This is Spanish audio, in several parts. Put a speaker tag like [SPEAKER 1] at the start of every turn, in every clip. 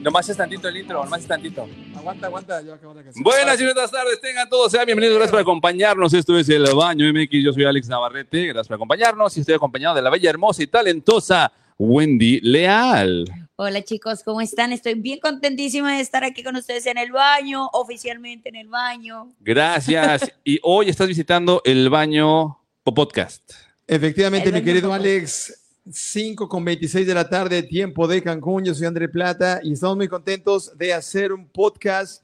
[SPEAKER 1] Nomás es tantito el intro, nomás es tantito.
[SPEAKER 2] Aguanta, aguanta, yo acabo la canción.
[SPEAKER 1] Buenas y buenas tardes, tengan todos, sean bienvenidos, gracias por acompañarnos. Esto es El Baño MX, yo soy Alex Navarrete, gracias por acompañarnos y estoy acompañado de la bella, hermosa y talentosa Wendy Leal.
[SPEAKER 3] Hola chicos, ¿cómo están? Estoy bien contentísima de estar aquí con ustedes en el baño, oficialmente en el baño.
[SPEAKER 1] Gracias. y hoy estás visitando El Baño Podcast.
[SPEAKER 2] Efectivamente,
[SPEAKER 3] El
[SPEAKER 2] mi
[SPEAKER 3] baño
[SPEAKER 2] querido
[SPEAKER 3] poco.
[SPEAKER 2] Alex, 5 con 26 de la tarde, tiempo de Cancún. Yo soy André Plata y estamos muy contentos de hacer un podcast.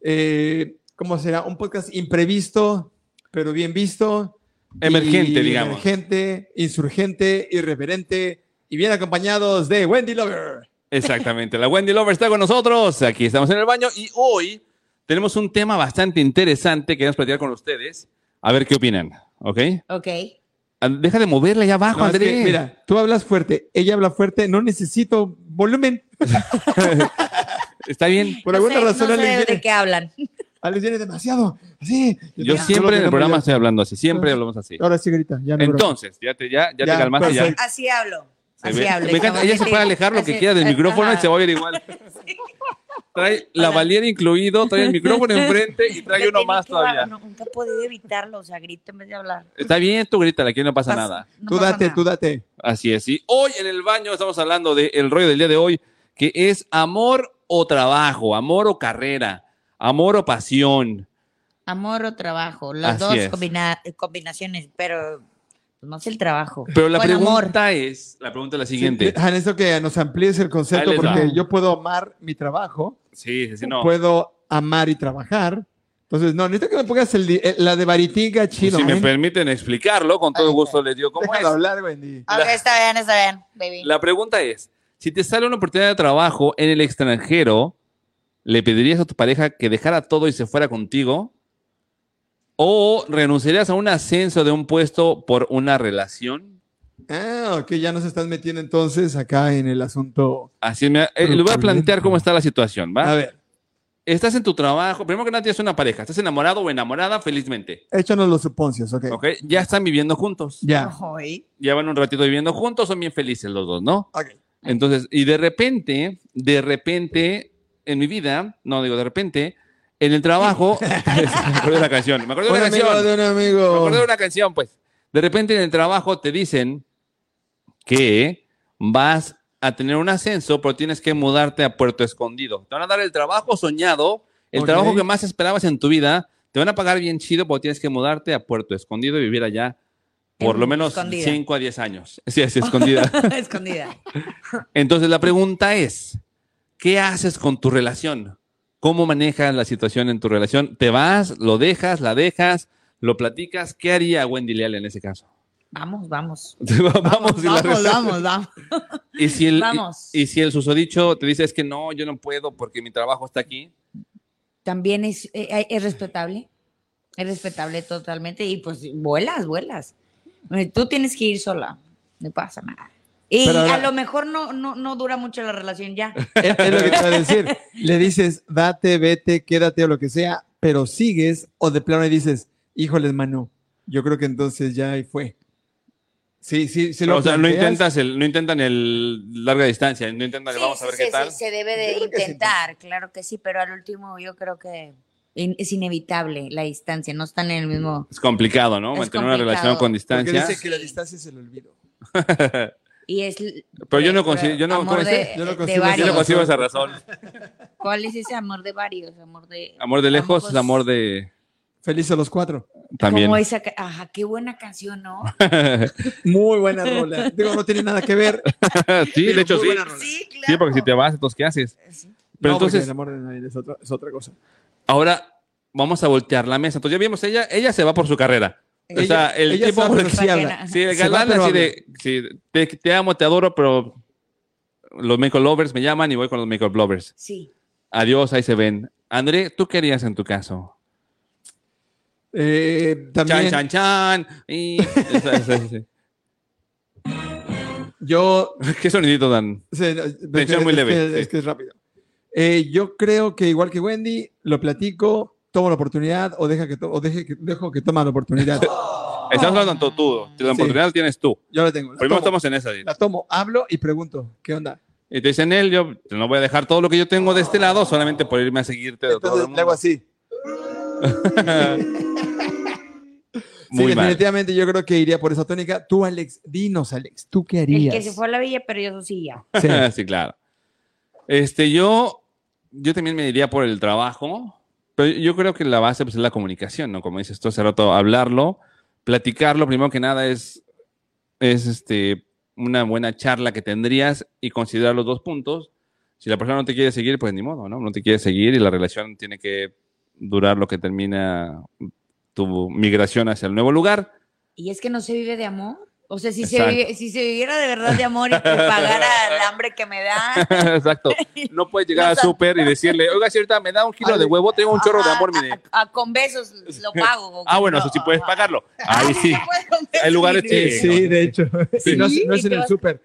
[SPEAKER 2] eh, ¿Cómo será? Un podcast imprevisto, pero bien visto.
[SPEAKER 1] Emergente,
[SPEAKER 2] Y
[SPEAKER 1] digamos.
[SPEAKER 2] Emergente, insurgente, irreverente y bien acompañados de Wendy Lover.
[SPEAKER 1] Exactamente, la Wendy Lover está con nosotros, aquí estamos en el baño y hoy tenemos un tema bastante interesante que queremos platicar con ustedes, a ver qué opinan, ¿ok?
[SPEAKER 3] Ok.
[SPEAKER 1] Ah, Deja de moverle allá
[SPEAKER 3] Ah,
[SPEAKER 1] abajo,
[SPEAKER 2] No, es
[SPEAKER 1] Andrés.
[SPEAKER 2] que, mira, tú hablas fuerte, ella habla fuerte, no necesito volumen.
[SPEAKER 1] está bien.
[SPEAKER 2] Por
[SPEAKER 3] No
[SPEAKER 2] alguna
[SPEAKER 3] sé-
[SPEAKER 2] razón,
[SPEAKER 3] no sé
[SPEAKER 2] Alex,
[SPEAKER 3] de
[SPEAKER 2] viene,
[SPEAKER 3] qué hablan.
[SPEAKER 2] Alex viene demasiado. Así.
[SPEAKER 1] Yo
[SPEAKER 2] Ya, solo
[SPEAKER 1] siempre en el
[SPEAKER 2] queremos
[SPEAKER 1] programa
[SPEAKER 2] ya-
[SPEAKER 1] estoy hablando así, siempre hablamos así.
[SPEAKER 2] Ahora sí grita. Ya no broma.
[SPEAKER 1] Entonces, ya te, ya, ya te
[SPEAKER 2] Ya,
[SPEAKER 1] calmaste ya.
[SPEAKER 2] perfecto.
[SPEAKER 3] Así hablo.
[SPEAKER 1] Se
[SPEAKER 3] Así
[SPEAKER 1] ve-
[SPEAKER 3] hablo.
[SPEAKER 1] me encanta,
[SPEAKER 3] Como
[SPEAKER 1] ella
[SPEAKER 3] que
[SPEAKER 1] se
[SPEAKER 3] sí,
[SPEAKER 1] puede alejar lo que
[SPEAKER 3] así-
[SPEAKER 1] quiera del
[SPEAKER 3] ajá.
[SPEAKER 1] micrófono y se va a oír igual. Trae la
[SPEAKER 3] Hola.
[SPEAKER 1] valiera incluido, trae el micrófono enfrente y trae
[SPEAKER 3] Yo
[SPEAKER 1] uno
[SPEAKER 3] tenía
[SPEAKER 1] más
[SPEAKER 3] que hablar,
[SPEAKER 1] todavía.
[SPEAKER 3] no, nunca he podido evitarlo, o sea, grito en vez de hablar.
[SPEAKER 1] Está bien, tú grítale, aquí no pasa
[SPEAKER 3] Pasa-
[SPEAKER 1] nada.
[SPEAKER 3] no
[SPEAKER 2] tú
[SPEAKER 3] pasa
[SPEAKER 2] date,
[SPEAKER 3] nada.
[SPEAKER 2] tú date.
[SPEAKER 1] Así es. Y hoy en el baño estamos hablando del rollo del día de hoy, que es amor o trabajo, amor o carrera, amor o pasión.
[SPEAKER 3] Amor o trabajo, las
[SPEAKER 1] Así
[SPEAKER 3] dos
[SPEAKER 1] es.
[SPEAKER 3] combina- combinaciones, pero pues, no es el trabajo.
[SPEAKER 1] Pero la
[SPEAKER 3] Con amor.
[SPEAKER 1] pregunta es, la pregunta es la siguiente.
[SPEAKER 2] Ah, necesito que nos amplíes el concepto
[SPEAKER 1] Ahí les va.
[SPEAKER 2] porque yo puedo amar mi trabajo,
[SPEAKER 1] Sí, sí, sí, no.
[SPEAKER 2] puedo amar y trabajar. Entonces, no, necesito que me pongas el di- eh, la de Baritinga chido.
[SPEAKER 1] si Pues me
[SPEAKER 2] ¿eh?
[SPEAKER 1] permiten explicarlo, con todo
[SPEAKER 3] Ahí
[SPEAKER 1] gusto les digo cómo
[SPEAKER 2] Déjalo
[SPEAKER 1] es.
[SPEAKER 2] hablar, Wendy.
[SPEAKER 3] Ok, está bien, está bien, baby.
[SPEAKER 1] La pregunta es, si te sale una oportunidad de trabajo en el extranjero, ¿le pedirías a tu pareja que dejara todo y se fuera contigo? ¿O renunciarías a un ascenso de un puesto por una relación?
[SPEAKER 2] Ah, ok, ya nos estás metiendo entonces acá en el asunto.
[SPEAKER 1] Así me, eh,
[SPEAKER 2] Pero
[SPEAKER 1] le voy a
[SPEAKER 2] también-
[SPEAKER 1] plantear cómo está la situación,
[SPEAKER 2] A
[SPEAKER 1] ¿va?
[SPEAKER 2] ver,
[SPEAKER 1] Estás en tu trabajo, primero que nada tienes una pareja, estás enamorado o enamorada felizmente,
[SPEAKER 2] échanos los suponcios, ok.
[SPEAKER 1] ¿ok? Ya están viviendo juntos,
[SPEAKER 2] Ya.
[SPEAKER 3] Ay.
[SPEAKER 1] llevan un ratito viviendo juntos, son bien felices los dos, ¿no?
[SPEAKER 2] Ok.
[SPEAKER 1] Entonces, y de repente, de repente, en mi vida, no digo de repente, en el trabajo, me acuerdo de la canción, me acuerdo
[SPEAKER 2] Un
[SPEAKER 1] de la
[SPEAKER 2] amigo
[SPEAKER 1] canción,
[SPEAKER 2] de un
[SPEAKER 1] me
[SPEAKER 2] amigo.
[SPEAKER 1] acuerdo de una canción, pues, de repente en el trabajo te dicen que vas a tener un ascenso, pero tienes que mudarte a Puerto Escondido. Te van a dar el trabajo soñado, el
[SPEAKER 2] Ok.
[SPEAKER 1] trabajo que más esperabas en tu vida, te van a pagar bien chido, pero tienes que mudarte a Puerto Escondido y vivir allá por
[SPEAKER 3] En
[SPEAKER 1] lo menos
[SPEAKER 3] Escondida.
[SPEAKER 1] 5 a 10 años. Sí, así escondida.
[SPEAKER 3] Escondida.
[SPEAKER 1] Entonces la pregunta es, ¿qué haces con tu relación? ¿Cómo manejas la situación en tu relación? ¿Te vas? ¿Lo dejas? ¿La dejas? ¿Lo platicas? ¿Qué haría Wendy Leal en ese caso?
[SPEAKER 3] Vamos, vamos.
[SPEAKER 1] vamos, y, la
[SPEAKER 3] Vamos,
[SPEAKER 1] relación-
[SPEAKER 3] vamos, vamos.
[SPEAKER 1] y si el, y-
[SPEAKER 3] Vamos.
[SPEAKER 1] Y, si el susodicho te dice es que no, yo no puedo porque mi trabajo está aquí.
[SPEAKER 3] También es, eh, es respetable. Es respetable totalmente. Y pues vuelas, vuelas. Eh, Tú tienes que ir sola. No pasa nada. Y
[SPEAKER 2] Pero ahora-
[SPEAKER 3] a lo mejor no, no, no dura mucho la relación ya.
[SPEAKER 2] Es, es lo que te iba a decir. Le dices, date, vete, quédate o lo que sea, pero sigues o de plano le dices, híjoles, mano, yo creo que entonces ya ahí fue. Sí, sí, sí. Lo
[SPEAKER 1] o sea, no
[SPEAKER 2] planteas.
[SPEAKER 1] intentas el, no intentan el larga distancia, no intentan el
[SPEAKER 3] Sí,
[SPEAKER 1] vamos a
[SPEAKER 3] sí,
[SPEAKER 1] ver qué
[SPEAKER 3] sí,
[SPEAKER 1] tal.
[SPEAKER 3] sí, se debe de
[SPEAKER 2] Yo creo que sí.
[SPEAKER 3] intentar, claro que sí, pero al último yo creo que in- es inevitable la distancia, no están en el mismo.
[SPEAKER 1] Es complicado, ¿no?
[SPEAKER 3] Es
[SPEAKER 1] Mantener una
[SPEAKER 3] complicado.
[SPEAKER 1] relación con
[SPEAKER 2] Porque
[SPEAKER 1] distancia.
[SPEAKER 2] dice que la distancia es el olvido.
[SPEAKER 3] Y es
[SPEAKER 1] Pero yo no consigo, yo no,
[SPEAKER 3] amor
[SPEAKER 1] ¿cómo dice?
[SPEAKER 3] de,
[SPEAKER 2] Yo no
[SPEAKER 3] de
[SPEAKER 2] consigo
[SPEAKER 1] Yo
[SPEAKER 3] varios.
[SPEAKER 1] no consigo esa razón.
[SPEAKER 3] ¿Cuál es ese amor de varios? Amor de
[SPEAKER 1] Amor de lejos
[SPEAKER 3] Ambos.
[SPEAKER 1] es amor de
[SPEAKER 2] Feliz a los cuatro.
[SPEAKER 1] también.
[SPEAKER 3] Como esa, ca- ajá, qué buena canción, ¿no?
[SPEAKER 2] Muy buena rola. Digo, no tiene nada que ver.
[SPEAKER 1] sí, de hecho
[SPEAKER 2] muy
[SPEAKER 1] sí.
[SPEAKER 2] buena rola.
[SPEAKER 3] sí, claro.
[SPEAKER 1] Sí, porque si te vas, entonces ¿qué haces?
[SPEAKER 3] Sí.
[SPEAKER 1] Pero
[SPEAKER 2] No, porque
[SPEAKER 1] entonces,
[SPEAKER 2] el amor de nadie es otra, es otra cosa.
[SPEAKER 1] ahora vamos a voltear la mesa. Entonces ya vimos, ella, ella se va por su carrera. o
[SPEAKER 2] Ella-
[SPEAKER 1] sea, el
[SPEAKER 2] ella
[SPEAKER 1] tipo...
[SPEAKER 2] sabe, pero sí
[SPEAKER 3] Para que
[SPEAKER 2] habla.
[SPEAKER 3] na-
[SPEAKER 1] Sí, el
[SPEAKER 2] se va,
[SPEAKER 1] galán
[SPEAKER 2] pero
[SPEAKER 1] así
[SPEAKER 2] habla.
[SPEAKER 1] de... sí, te, te amo, te adoro, pero los makeup lovers me llaman y voy con los makeup lovers.
[SPEAKER 3] Sí.
[SPEAKER 1] Adiós, ahí se ven. André, ¿tú qué harías en tu caso?
[SPEAKER 2] Eh, también
[SPEAKER 1] Chan, chan, chan. Y- Esa- esa- esa-
[SPEAKER 2] yo
[SPEAKER 1] ¿Qué sonidito dan?
[SPEAKER 2] Sí, no, es que-
[SPEAKER 1] Tensión muy
[SPEAKER 2] es
[SPEAKER 1] leve,
[SPEAKER 2] que-
[SPEAKER 1] sí.
[SPEAKER 2] Es que es rápido. Eh, yo creo que igual que Wendy, lo platico, tomo la oportunidad o, deja que to- o deje que, dejo que toma la oportunidad.
[SPEAKER 1] Estás hablando tú. La
[SPEAKER 2] Sí.
[SPEAKER 1] oportunidad la tienes tú.
[SPEAKER 2] Yo la tengo. La
[SPEAKER 1] Primero
[SPEAKER 2] tomo,
[SPEAKER 1] estamos en esa. Didi.
[SPEAKER 2] la tomo, hablo y pregunto, ¿qué onda?
[SPEAKER 1] Y te dicen, él, yo te no voy a dejar todo lo que yo tengo de este lado solamente por irme a seguirte de otro lado
[SPEAKER 2] Entonces
[SPEAKER 1] del
[SPEAKER 2] le hago
[SPEAKER 1] mundo".
[SPEAKER 2] así. Sí,
[SPEAKER 1] Muy mal.
[SPEAKER 2] definitivamente yo creo que iría por esa tónica. Tú, Alex, dinos, Alex, ¿tú qué
[SPEAKER 3] El
[SPEAKER 2] harías?
[SPEAKER 3] que se fue a la villa, pero yo sí ya.
[SPEAKER 2] Sí.
[SPEAKER 1] Ah, sí, claro. Este, yo, yo también me diría por el trabajo, pero yo creo que la base pues, es la comunicación, ¿no? Como dices tú hace rato, hablarlo, platicarlo, primero que nada es, es este, una buena charla que tendrías y considerar los dos puntos. Si la persona no te quiere seguir, pues ni modo, ¿no? No te quiere seguir y la relación tiene que durar lo que termina tu migración hacia el nuevo lugar.
[SPEAKER 3] Y es que no se vive de amor. O sea, si, se,
[SPEAKER 1] Exacto.
[SPEAKER 3] vive- si se viviera de verdad de amor y que pagara el hambre que me da,
[SPEAKER 1] Exacto. No puedes llegar a súper y decirle, oiga, señorita, me da un kilo de huevo, tengo un chorro de
[SPEAKER 3] Ajá,
[SPEAKER 1] amor, mire.
[SPEAKER 3] a- a- con besos lo pago.
[SPEAKER 1] Ah, bueno, eso sí puedes
[SPEAKER 3] pagar.
[SPEAKER 1] pagarlo. Ahí sí. Hay lugares
[SPEAKER 2] Sí,
[SPEAKER 1] que-
[SPEAKER 2] sí, de hecho.
[SPEAKER 1] Sí.
[SPEAKER 2] Y no, es- no es
[SPEAKER 3] Sí,
[SPEAKER 2] en el
[SPEAKER 3] claro.
[SPEAKER 2] súper.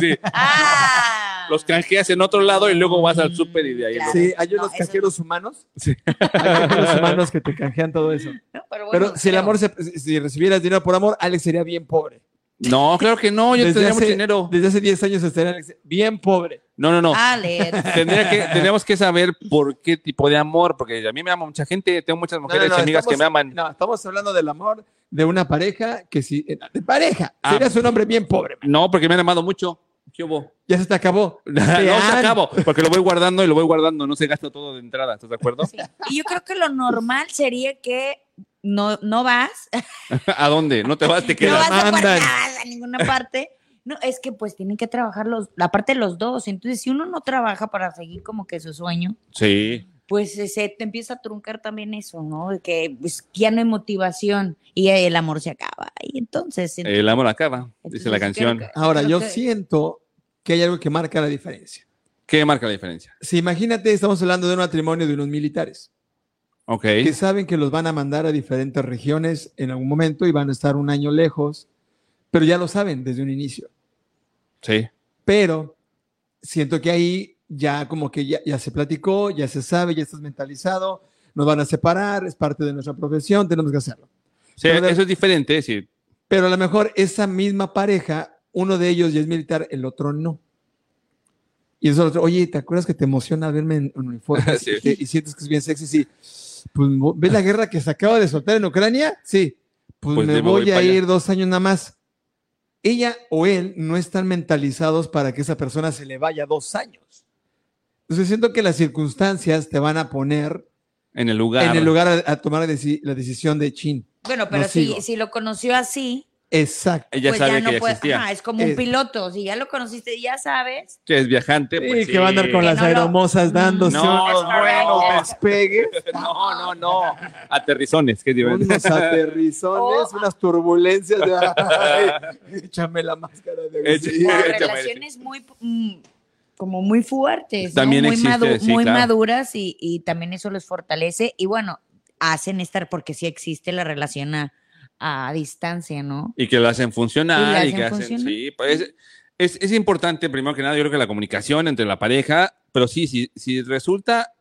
[SPEAKER 1] sí.
[SPEAKER 3] Ah.
[SPEAKER 1] Los canjeas en otro lado y luego vas al súper y de ahí.
[SPEAKER 3] Claro.
[SPEAKER 2] Sí, hay
[SPEAKER 3] No,
[SPEAKER 2] unos
[SPEAKER 3] eso-
[SPEAKER 2] cajeros humanos.
[SPEAKER 1] Sí.
[SPEAKER 2] Hay cajeros humanos que te canjean todo eso.
[SPEAKER 3] No, pero bueno,
[SPEAKER 2] Pero si el
[SPEAKER 3] creo.
[SPEAKER 2] amor, se- si recibieras dinero por amor, Alex sería bien pobre.
[SPEAKER 1] No, claro que no, yo
[SPEAKER 2] Desde
[SPEAKER 1] tendría mucho
[SPEAKER 2] hace-
[SPEAKER 1] dinero.
[SPEAKER 2] Desde hace 10 años estaría Alex bien pobre.
[SPEAKER 1] No, no, no.
[SPEAKER 3] Ah. Alex.
[SPEAKER 1] Tendría que, tenemos que saber por qué tipo de amor, porque a mí me ama mucha gente, tengo muchas
[SPEAKER 2] No,
[SPEAKER 1] mujeres
[SPEAKER 2] no, no,
[SPEAKER 1] amigas que
[SPEAKER 2] estamos-
[SPEAKER 1] me aman.
[SPEAKER 2] No, estamos hablando del amor de una pareja que si. eh, De pareja.
[SPEAKER 1] Ah.
[SPEAKER 2] Serías un hombre bien pobre. man.
[SPEAKER 1] No, porque me han amado mucho. ¿Qué hubo?
[SPEAKER 2] Ya se te acabó.
[SPEAKER 1] No
[SPEAKER 2] Te
[SPEAKER 1] se
[SPEAKER 2] han-
[SPEAKER 1] acabo, porque lo voy guardando y lo voy guardando, no se gasta todo de entrada, ¿estás de acuerdo?
[SPEAKER 3] Sí. Y yo creo que lo normal sería que no, no vas,
[SPEAKER 1] ¿A dónde? No te vas, te
[SPEAKER 3] no
[SPEAKER 1] quedas.
[SPEAKER 3] vas, a,
[SPEAKER 2] mandan.
[SPEAKER 3] no vas a ninguna parte. No, es que pues tienen que trabajar los, la parte de los dos. Entonces, si uno no trabaja para seguir como que su sueño,
[SPEAKER 1] Sí.
[SPEAKER 3] pues eh, se te empieza a truncar también eso, ¿no? De que pues, ya no hay motivación y el amor se acaba. Y entonces, ent-
[SPEAKER 1] El amor acaba, Eh, dice
[SPEAKER 3] entonces
[SPEAKER 1] la
[SPEAKER 3] yo
[SPEAKER 1] canción.
[SPEAKER 3] creo que-
[SPEAKER 2] Ahora,
[SPEAKER 3] creo
[SPEAKER 2] yo
[SPEAKER 3] que-
[SPEAKER 2] siento que hay algo que marca la diferencia.
[SPEAKER 1] ¿Qué marca la diferencia?
[SPEAKER 2] Si imagínate, estamos hablando de un matrimonio de unos militares
[SPEAKER 1] Ok.
[SPEAKER 2] que saben que los van a mandar a diferentes regiones en algún momento y van a estar un año lejos, pero ya lo saben desde un inicio.
[SPEAKER 1] Sí.
[SPEAKER 2] Pero siento que ahí ya como que ya, ya se platicó, ya se sabe, ya estás mentalizado, nos van a separar, es parte de nuestra profesión, tenemos que hacerlo.
[SPEAKER 1] Sí,
[SPEAKER 2] Pero de-
[SPEAKER 1] eso es diferente, sí.
[SPEAKER 2] Pero a lo mejor esa misma pareja, uno de ellos ya es militar, el otro no. Y es el otro, oye, ¿te acuerdas que te emociona verme en, en uniforme
[SPEAKER 1] Sí.
[SPEAKER 2] y, te- y sientes que es bien sexy? Sí. Pues mo- ¿ves la guerra que se acaba de soltar en Ucrania? Sí. Pues,
[SPEAKER 1] Pues
[SPEAKER 2] me
[SPEAKER 1] me
[SPEAKER 2] voy,
[SPEAKER 1] voy
[SPEAKER 2] a
[SPEAKER 1] para allá.
[SPEAKER 2] ir dos años nada más. Ella o él no están mentalizados para que esa persona se le vaya dos años. Entonces siento que las circunstancias te van a poner
[SPEAKER 1] En el lugar.
[SPEAKER 2] en el lugar a, a tomar la, deci- la decisión de chin.
[SPEAKER 3] Bueno, pero
[SPEAKER 2] no sigo.
[SPEAKER 3] si, si lo conoció así,
[SPEAKER 2] Exacto.
[SPEAKER 1] Ella
[SPEAKER 3] pues
[SPEAKER 1] sabe
[SPEAKER 3] ya no
[SPEAKER 1] que ya
[SPEAKER 3] puede.
[SPEAKER 1] existía.
[SPEAKER 3] Ajá, es como un
[SPEAKER 2] Es-
[SPEAKER 3] piloto. Si ya lo conociste, ya sabes.
[SPEAKER 1] Que es viajante,
[SPEAKER 2] Sí,
[SPEAKER 1] pues
[SPEAKER 2] que Mm. va a andar con
[SPEAKER 3] Que
[SPEAKER 2] las
[SPEAKER 3] no lo-
[SPEAKER 2] aeromosas dándose
[SPEAKER 1] No,
[SPEAKER 2] unos
[SPEAKER 1] no,
[SPEAKER 2] buenos
[SPEAKER 3] no.
[SPEAKER 2] despegues,
[SPEAKER 1] No, no, no. Aterrizones, qué divertido.
[SPEAKER 2] unos aterrizones,
[SPEAKER 1] Oh.
[SPEAKER 2] unas turbulencias de ay, échame la máscara de
[SPEAKER 1] Eche-
[SPEAKER 2] sí.
[SPEAKER 3] O
[SPEAKER 1] Échame,
[SPEAKER 3] relaciones muy mm, como muy fuertes, ¿no?
[SPEAKER 1] También
[SPEAKER 3] muy,
[SPEAKER 1] existe, sí,
[SPEAKER 3] muy
[SPEAKER 1] claro.
[SPEAKER 3] maduras y, y también eso los fortalece y bueno, hacen estar porque sí existe la relación a, a distancia, ¿no?
[SPEAKER 1] Y que lo hacen
[SPEAKER 3] Y la
[SPEAKER 1] funcionar y,
[SPEAKER 3] hacen
[SPEAKER 1] que hacen.
[SPEAKER 3] funcionar.
[SPEAKER 1] Sí, pues es, es, es importante, primero que nada, yo creo que la comunicación entre la pareja, pero sí, si, si resulta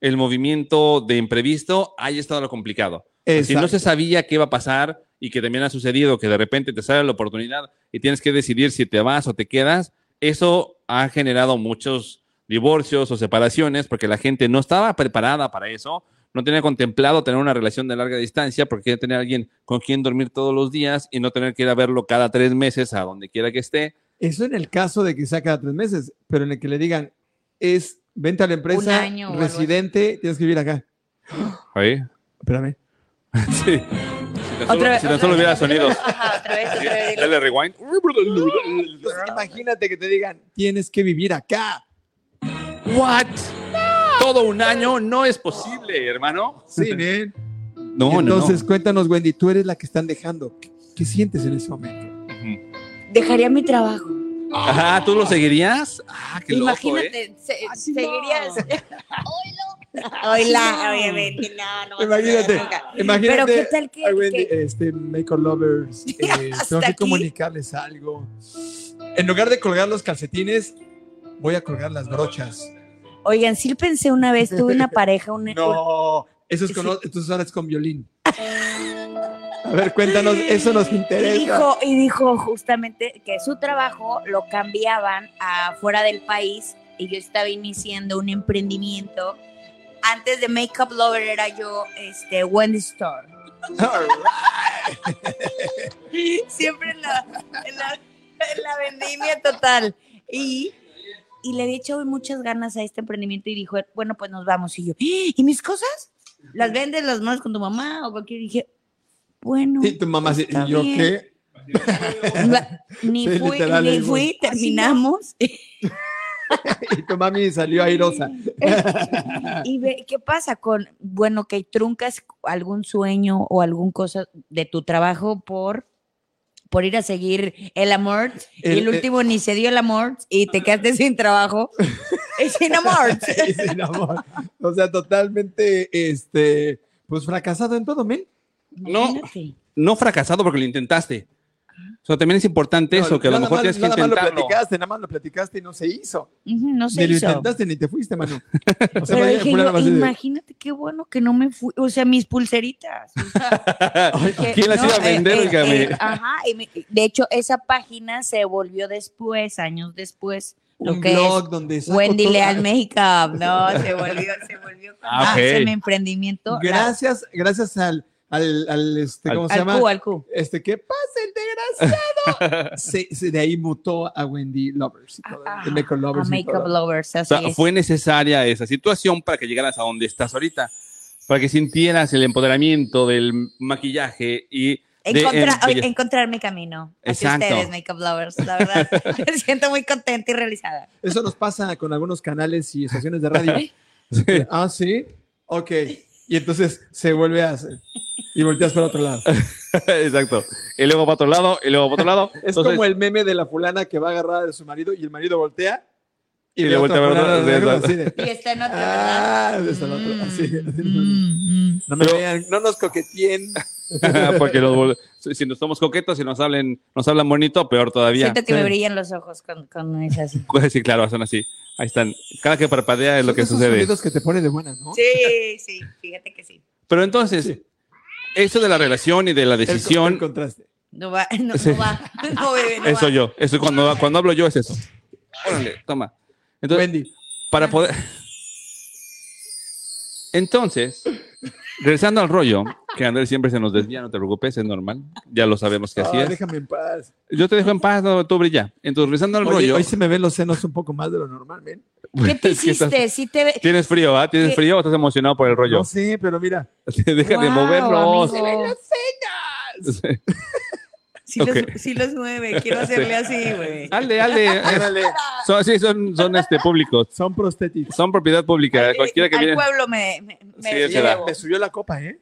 [SPEAKER 1] el movimiento de imprevisto, ahí está lo complicado. Si no
[SPEAKER 2] Exacto.
[SPEAKER 1] se sabía qué iba a pasar y que también ha sucedido, que de repente te sale la oportunidad y tienes que decidir si te vas o te quedas, eso ha generado muchos divorcios o separaciones porque la gente no estaba preparada para eso, no tenía contemplado tener una relación de larga distancia porque quería tener alguien con quien dormir todos los días y no tener que ir a verlo cada tres meses a donde quiera que esté.
[SPEAKER 2] Eso en el caso de que sea cada tres meses, pero en el que le digan es vente a la
[SPEAKER 3] Un
[SPEAKER 2] empresa,
[SPEAKER 3] año o algo así.
[SPEAKER 2] residente, tienes que vivir acá.
[SPEAKER 1] Ahí.
[SPEAKER 2] Espérame.
[SPEAKER 1] Sí. Si tan solo,
[SPEAKER 3] vez,
[SPEAKER 1] si tan solo
[SPEAKER 3] otra vez.
[SPEAKER 1] hubiera sonidos.
[SPEAKER 3] Ajá, otra vez, otra vez.
[SPEAKER 1] Dale rewind.
[SPEAKER 2] Entonces, imagínate que te digan tienes que vivir acá.
[SPEAKER 1] What? Todo un año no es posible, hermano.
[SPEAKER 2] Sí, men.
[SPEAKER 1] No, no, no.
[SPEAKER 2] Entonces cuéntanos Wendy, tú eres la que están dejando. ¿Qué, qué sientes en ese momento?
[SPEAKER 1] Ujú.
[SPEAKER 3] Dejaría mi trabajo.
[SPEAKER 1] Ajá, ¿tú lo seguirías? Ah, qué loco, ¿eh?
[SPEAKER 3] Imagínate, se- seguirías. Hola, obviamente, no, no. vas a
[SPEAKER 2] Imagínate,
[SPEAKER 3] nunca.
[SPEAKER 2] imagínate.
[SPEAKER 3] Pero qué tal que,
[SPEAKER 2] Ay, Wendy,
[SPEAKER 3] que-
[SPEAKER 2] este, Make Lovers, eh, tengo que
[SPEAKER 3] aquí.
[SPEAKER 2] comunicarles algo. En lugar de colgar los calcetines, voy a colgar las brochas.
[SPEAKER 3] oigan, sí pensé una vez, tuve una pareja, un,
[SPEAKER 2] No, eso es con,
[SPEAKER 3] Sí.
[SPEAKER 2] entonces ahora es con violín. A ver, cuéntanos, eso nos
[SPEAKER 3] Y
[SPEAKER 2] interesa.
[SPEAKER 3] dijo, y dijo justamente que su trabajo lo cambiaban a fuera del país y yo estaba iniciando un emprendimiento. Antes de Makeup Lover era yo este, Wendy Store. Siempre en la, en la- en la vendimia total. Y, y le había echado muchas ganas a este emprendimiento y dijo, bueno, pues nos vamos. Y yo, "¿Eh? ¿y mis cosas? ¿Las vendes, las manos con tu mamá o cualquier? Y dije, bueno.
[SPEAKER 2] Y tu mamá, sí,
[SPEAKER 3] Está
[SPEAKER 2] ¿yo
[SPEAKER 3] bien.
[SPEAKER 2] qué?
[SPEAKER 3] Va- Ni
[SPEAKER 2] Sí,
[SPEAKER 3] fui,
[SPEAKER 2] literal,
[SPEAKER 3] ni
[SPEAKER 2] es
[SPEAKER 3] fui, terminamos.
[SPEAKER 2] Y tu mami salió airosa.
[SPEAKER 3] y ve, ¿qué pasa con, bueno, que truncas algún sueño o algún cosa de tu trabajo por, por ir a seguir el amor?
[SPEAKER 2] El-
[SPEAKER 3] y
[SPEAKER 1] eh,
[SPEAKER 3] el último ni se dio el amor y te quedaste sin trabajo y sin amor.
[SPEAKER 2] Y sin amor. O sea, totalmente, este, pues fracasado en todo, men.
[SPEAKER 1] No.
[SPEAKER 3] Imagínate.
[SPEAKER 1] No fracasado porque lo intentaste. O sea, también es importante eso, que a lo
[SPEAKER 2] Nada
[SPEAKER 1] mejor
[SPEAKER 2] más-
[SPEAKER 1] tienes que
[SPEAKER 2] nada más lo
[SPEAKER 1] intentarlo.
[SPEAKER 2] platicaste, nada más lo platicaste y no se hizo.
[SPEAKER 3] Ujú, No se
[SPEAKER 2] ni lo
[SPEAKER 3] hizo.
[SPEAKER 2] intentaste ni te fuiste, Manu. O sea,
[SPEAKER 3] Pero
[SPEAKER 2] vaya,
[SPEAKER 3] dije
[SPEAKER 2] fue
[SPEAKER 3] yo,
[SPEAKER 2] nada más de-
[SPEAKER 3] imagínate qué bueno que no me fui, o sea, mis pulseritas. o sea, que-
[SPEAKER 1] ¿Quién las
[SPEAKER 3] no,
[SPEAKER 1] iba a
[SPEAKER 3] eh,
[SPEAKER 1] vender?
[SPEAKER 3] eh,
[SPEAKER 1] oígame?
[SPEAKER 3] eh, ajá, y me- de hecho, esa página se volvió después, años después, lo
[SPEAKER 2] un
[SPEAKER 3] que es
[SPEAKER 2] blog donde saco
[SPEAKER 3] Wendy
[SPEAKER 2] todo-
[SPEAKER 3] Leal Makeup. No, se volvió, se volvió con
[SPEAKER 1] Ah,
[SPEAKER 3] ah, ese
[SPEAKER 1] ok.
[SPEAKER 3] mi emprendimiento. la-
[SPEAKER 2] Gracias, gracias al, al, al, este,
[SPEAKER 1] Al-
[SPEAKER 2] ¿cómo se
[SPEAKER 3] al
[SPEAKER 2] llama?
[SPEAKER 3] Q, al Q.
[SPEAKER 2] Este, ¿qué pasa, el desgraciado? se, se- de ahí mutó a Wendy Lovers y todo,
[SPEAKER 3] Ah,
[SPEAKER 2] de Makeup Lovers
[SPEAKER 3] a
[SPEAKER 2] y
[SPEAKER 3] Makeup
[SPEAKER 2] todo.
[SPEAKER 3] Lovers,
[SPEAKER 1] O
[SPEAKER 3] así
[SPEAKER 1] sea,
[SPEAKER 3] es.
[SPEAKER 1] fue necesaria esa situación para que llegaras a donde estás ahorita, para que sintieras el empoderamiento del maquillaje y de
[SPEAKER 3] Encontra-
[SPEAKER 1] embelle-
[SPEAKER 3] oye, encontrar mi camino. Así
[SPEAKER 1] Exacto.
[SPEAKER 3] ustedes, Makeup Lovers, la verdad. me siento muy contenta y realizada.
[SPEAKER 2] Eso nos pasa con algunos canales y estaciones de radio. Ah, sí. Ok. Y entonces se vuelve a hacer. Y volteas para otro lado.
[SPEAKER 1] Exacto. Y luego para otro lado, y luego para otro lado.
[SPEAKER 2] Es
[SPEAKER 1] Entonces,
[SPEAKER 2] como el meme de la fulana que va agarrada de su marido y el marido voltea.
[SPEAKER 1] Y
[SPEAKER 2] ve
[SPEAKER 1] le
[SPEAKER 2] a
[SPEAKER 1] voltea
[SPEAKER 2] otra
[SPEAKER 1] a ver
[SPEAKER 2] fulana
[SPEAKER 1] otra-
[SPEAKER 2] de
[SPEAKER 1] sí,
[SPEAKER 2] lejos,
[SPEAKER 1] exacto.
[SPEAKER 2] así de,
[SPEAKER 3] Y está en otra, ¿verdad?
[SPEAKER 2] Ah, desde el otro. Así.
[SPEAKER 3] Mm, mm.
[SPEAKER 2] No me vean, no nos coqueteen.
[SPEAKER 1] porque los vol- si si nos somos coquetos y nos hablen, nos hablan bonito, peor todavía.
[SPEAKER 3] Siento que
[SPEAKER 2] sí.
[SPEAKER 3] me brillan los ojos con, con esas.
[SPEAKER 1] Pues sí, claro, son así. Ahí están. Cada que parpadea es lo que
[SPEAKER 2] Esos
[SPEAKER 1] sucede.
[SPEAKER 2] sonidos que te pone de buena, ¿no?
[SPEAKER 3] Sí, sí, fíjate que sí.
[SPEAKER 1] Pero entonces,
[SPEAKER 2] Sí.
[SPEAKER 1] eso de la relación y de la
[SPEAKER 2] El con-
[SPEAKER 1] decisión,
[SPEAKER 2] el contraste.
[SPEAKER 3] No va, no,
[SPEAKER 1] Sí.
[SPEAKER 3] no va. No, bebé, no
[SPEAKER 1] eso
[SPEAKER 3] va.
[SPEAKER 1] yo. Eso cuando, cuando hablo yo es eso. Órale, toma. Entonces,
[SPEAKER 2] Wendy.
[SPEAKER 1] para poder. Entonces, regresando al rollo, que Andrés siempre se nos desvía, no te preocupes, es normal. Ya lo sabemos que así
[SPEAKER 2] Ah,
[SPEAKER 1] es.
[SPEAKER 2] Déjame en paz.
[SPEAKER 1] Yo te dejo en paz, no, tú brilla. Entonces, regresando al
[SPEAKER 2] Oye,
[SPEAKER 1] rollo. pues,
[SPEAKER 2] hoy se me ven los senos un poco más de lo normal, men.
[SPEAKER 3] ¿Qué te
[SPEAKER 1] es que estás-
[SPEAKER 3] hiciste? Sí te ve-
[SPEAKER 1] Tienes frío, ¿ah? ¿Tienes
[SPEAKER 3] ¿Qué?
[SPEAKER 1] frío o estás emocionado por el rollo?
[SPEAKER 2] No sé, pero mira.
[SPEAKER 1] Deja de
[SPEAKER 3] Guau,
[SPEAKER 1] moverlos.
[SPEAKER 3] amigo. Sí,
[SPEAKER 1] Ok.
[SPEAKER 3] los, sí los mueve, quiero hacerle así, güey.
[SPEAKER 1] Dale, dale.
[SPEAKER 2] Órale.
[SPEAKER 1] Son, sí, son, son este, públicos.
[SPEAKER 2] Son prostéticos.
[SPEAKER 1] Son propiedad pública. Cualquiera que
[SPEAKER 3] Eh, Al
[SPEAKER 1] viene.
[SPEAKER 3] pueblo me, me, me
[SPEAKER 1] Sí, es
[SPEAKER 3] llevo.
[SPEAKER 1] verdad.
[SPEAKER 2] Me subió la copa, ¿eh?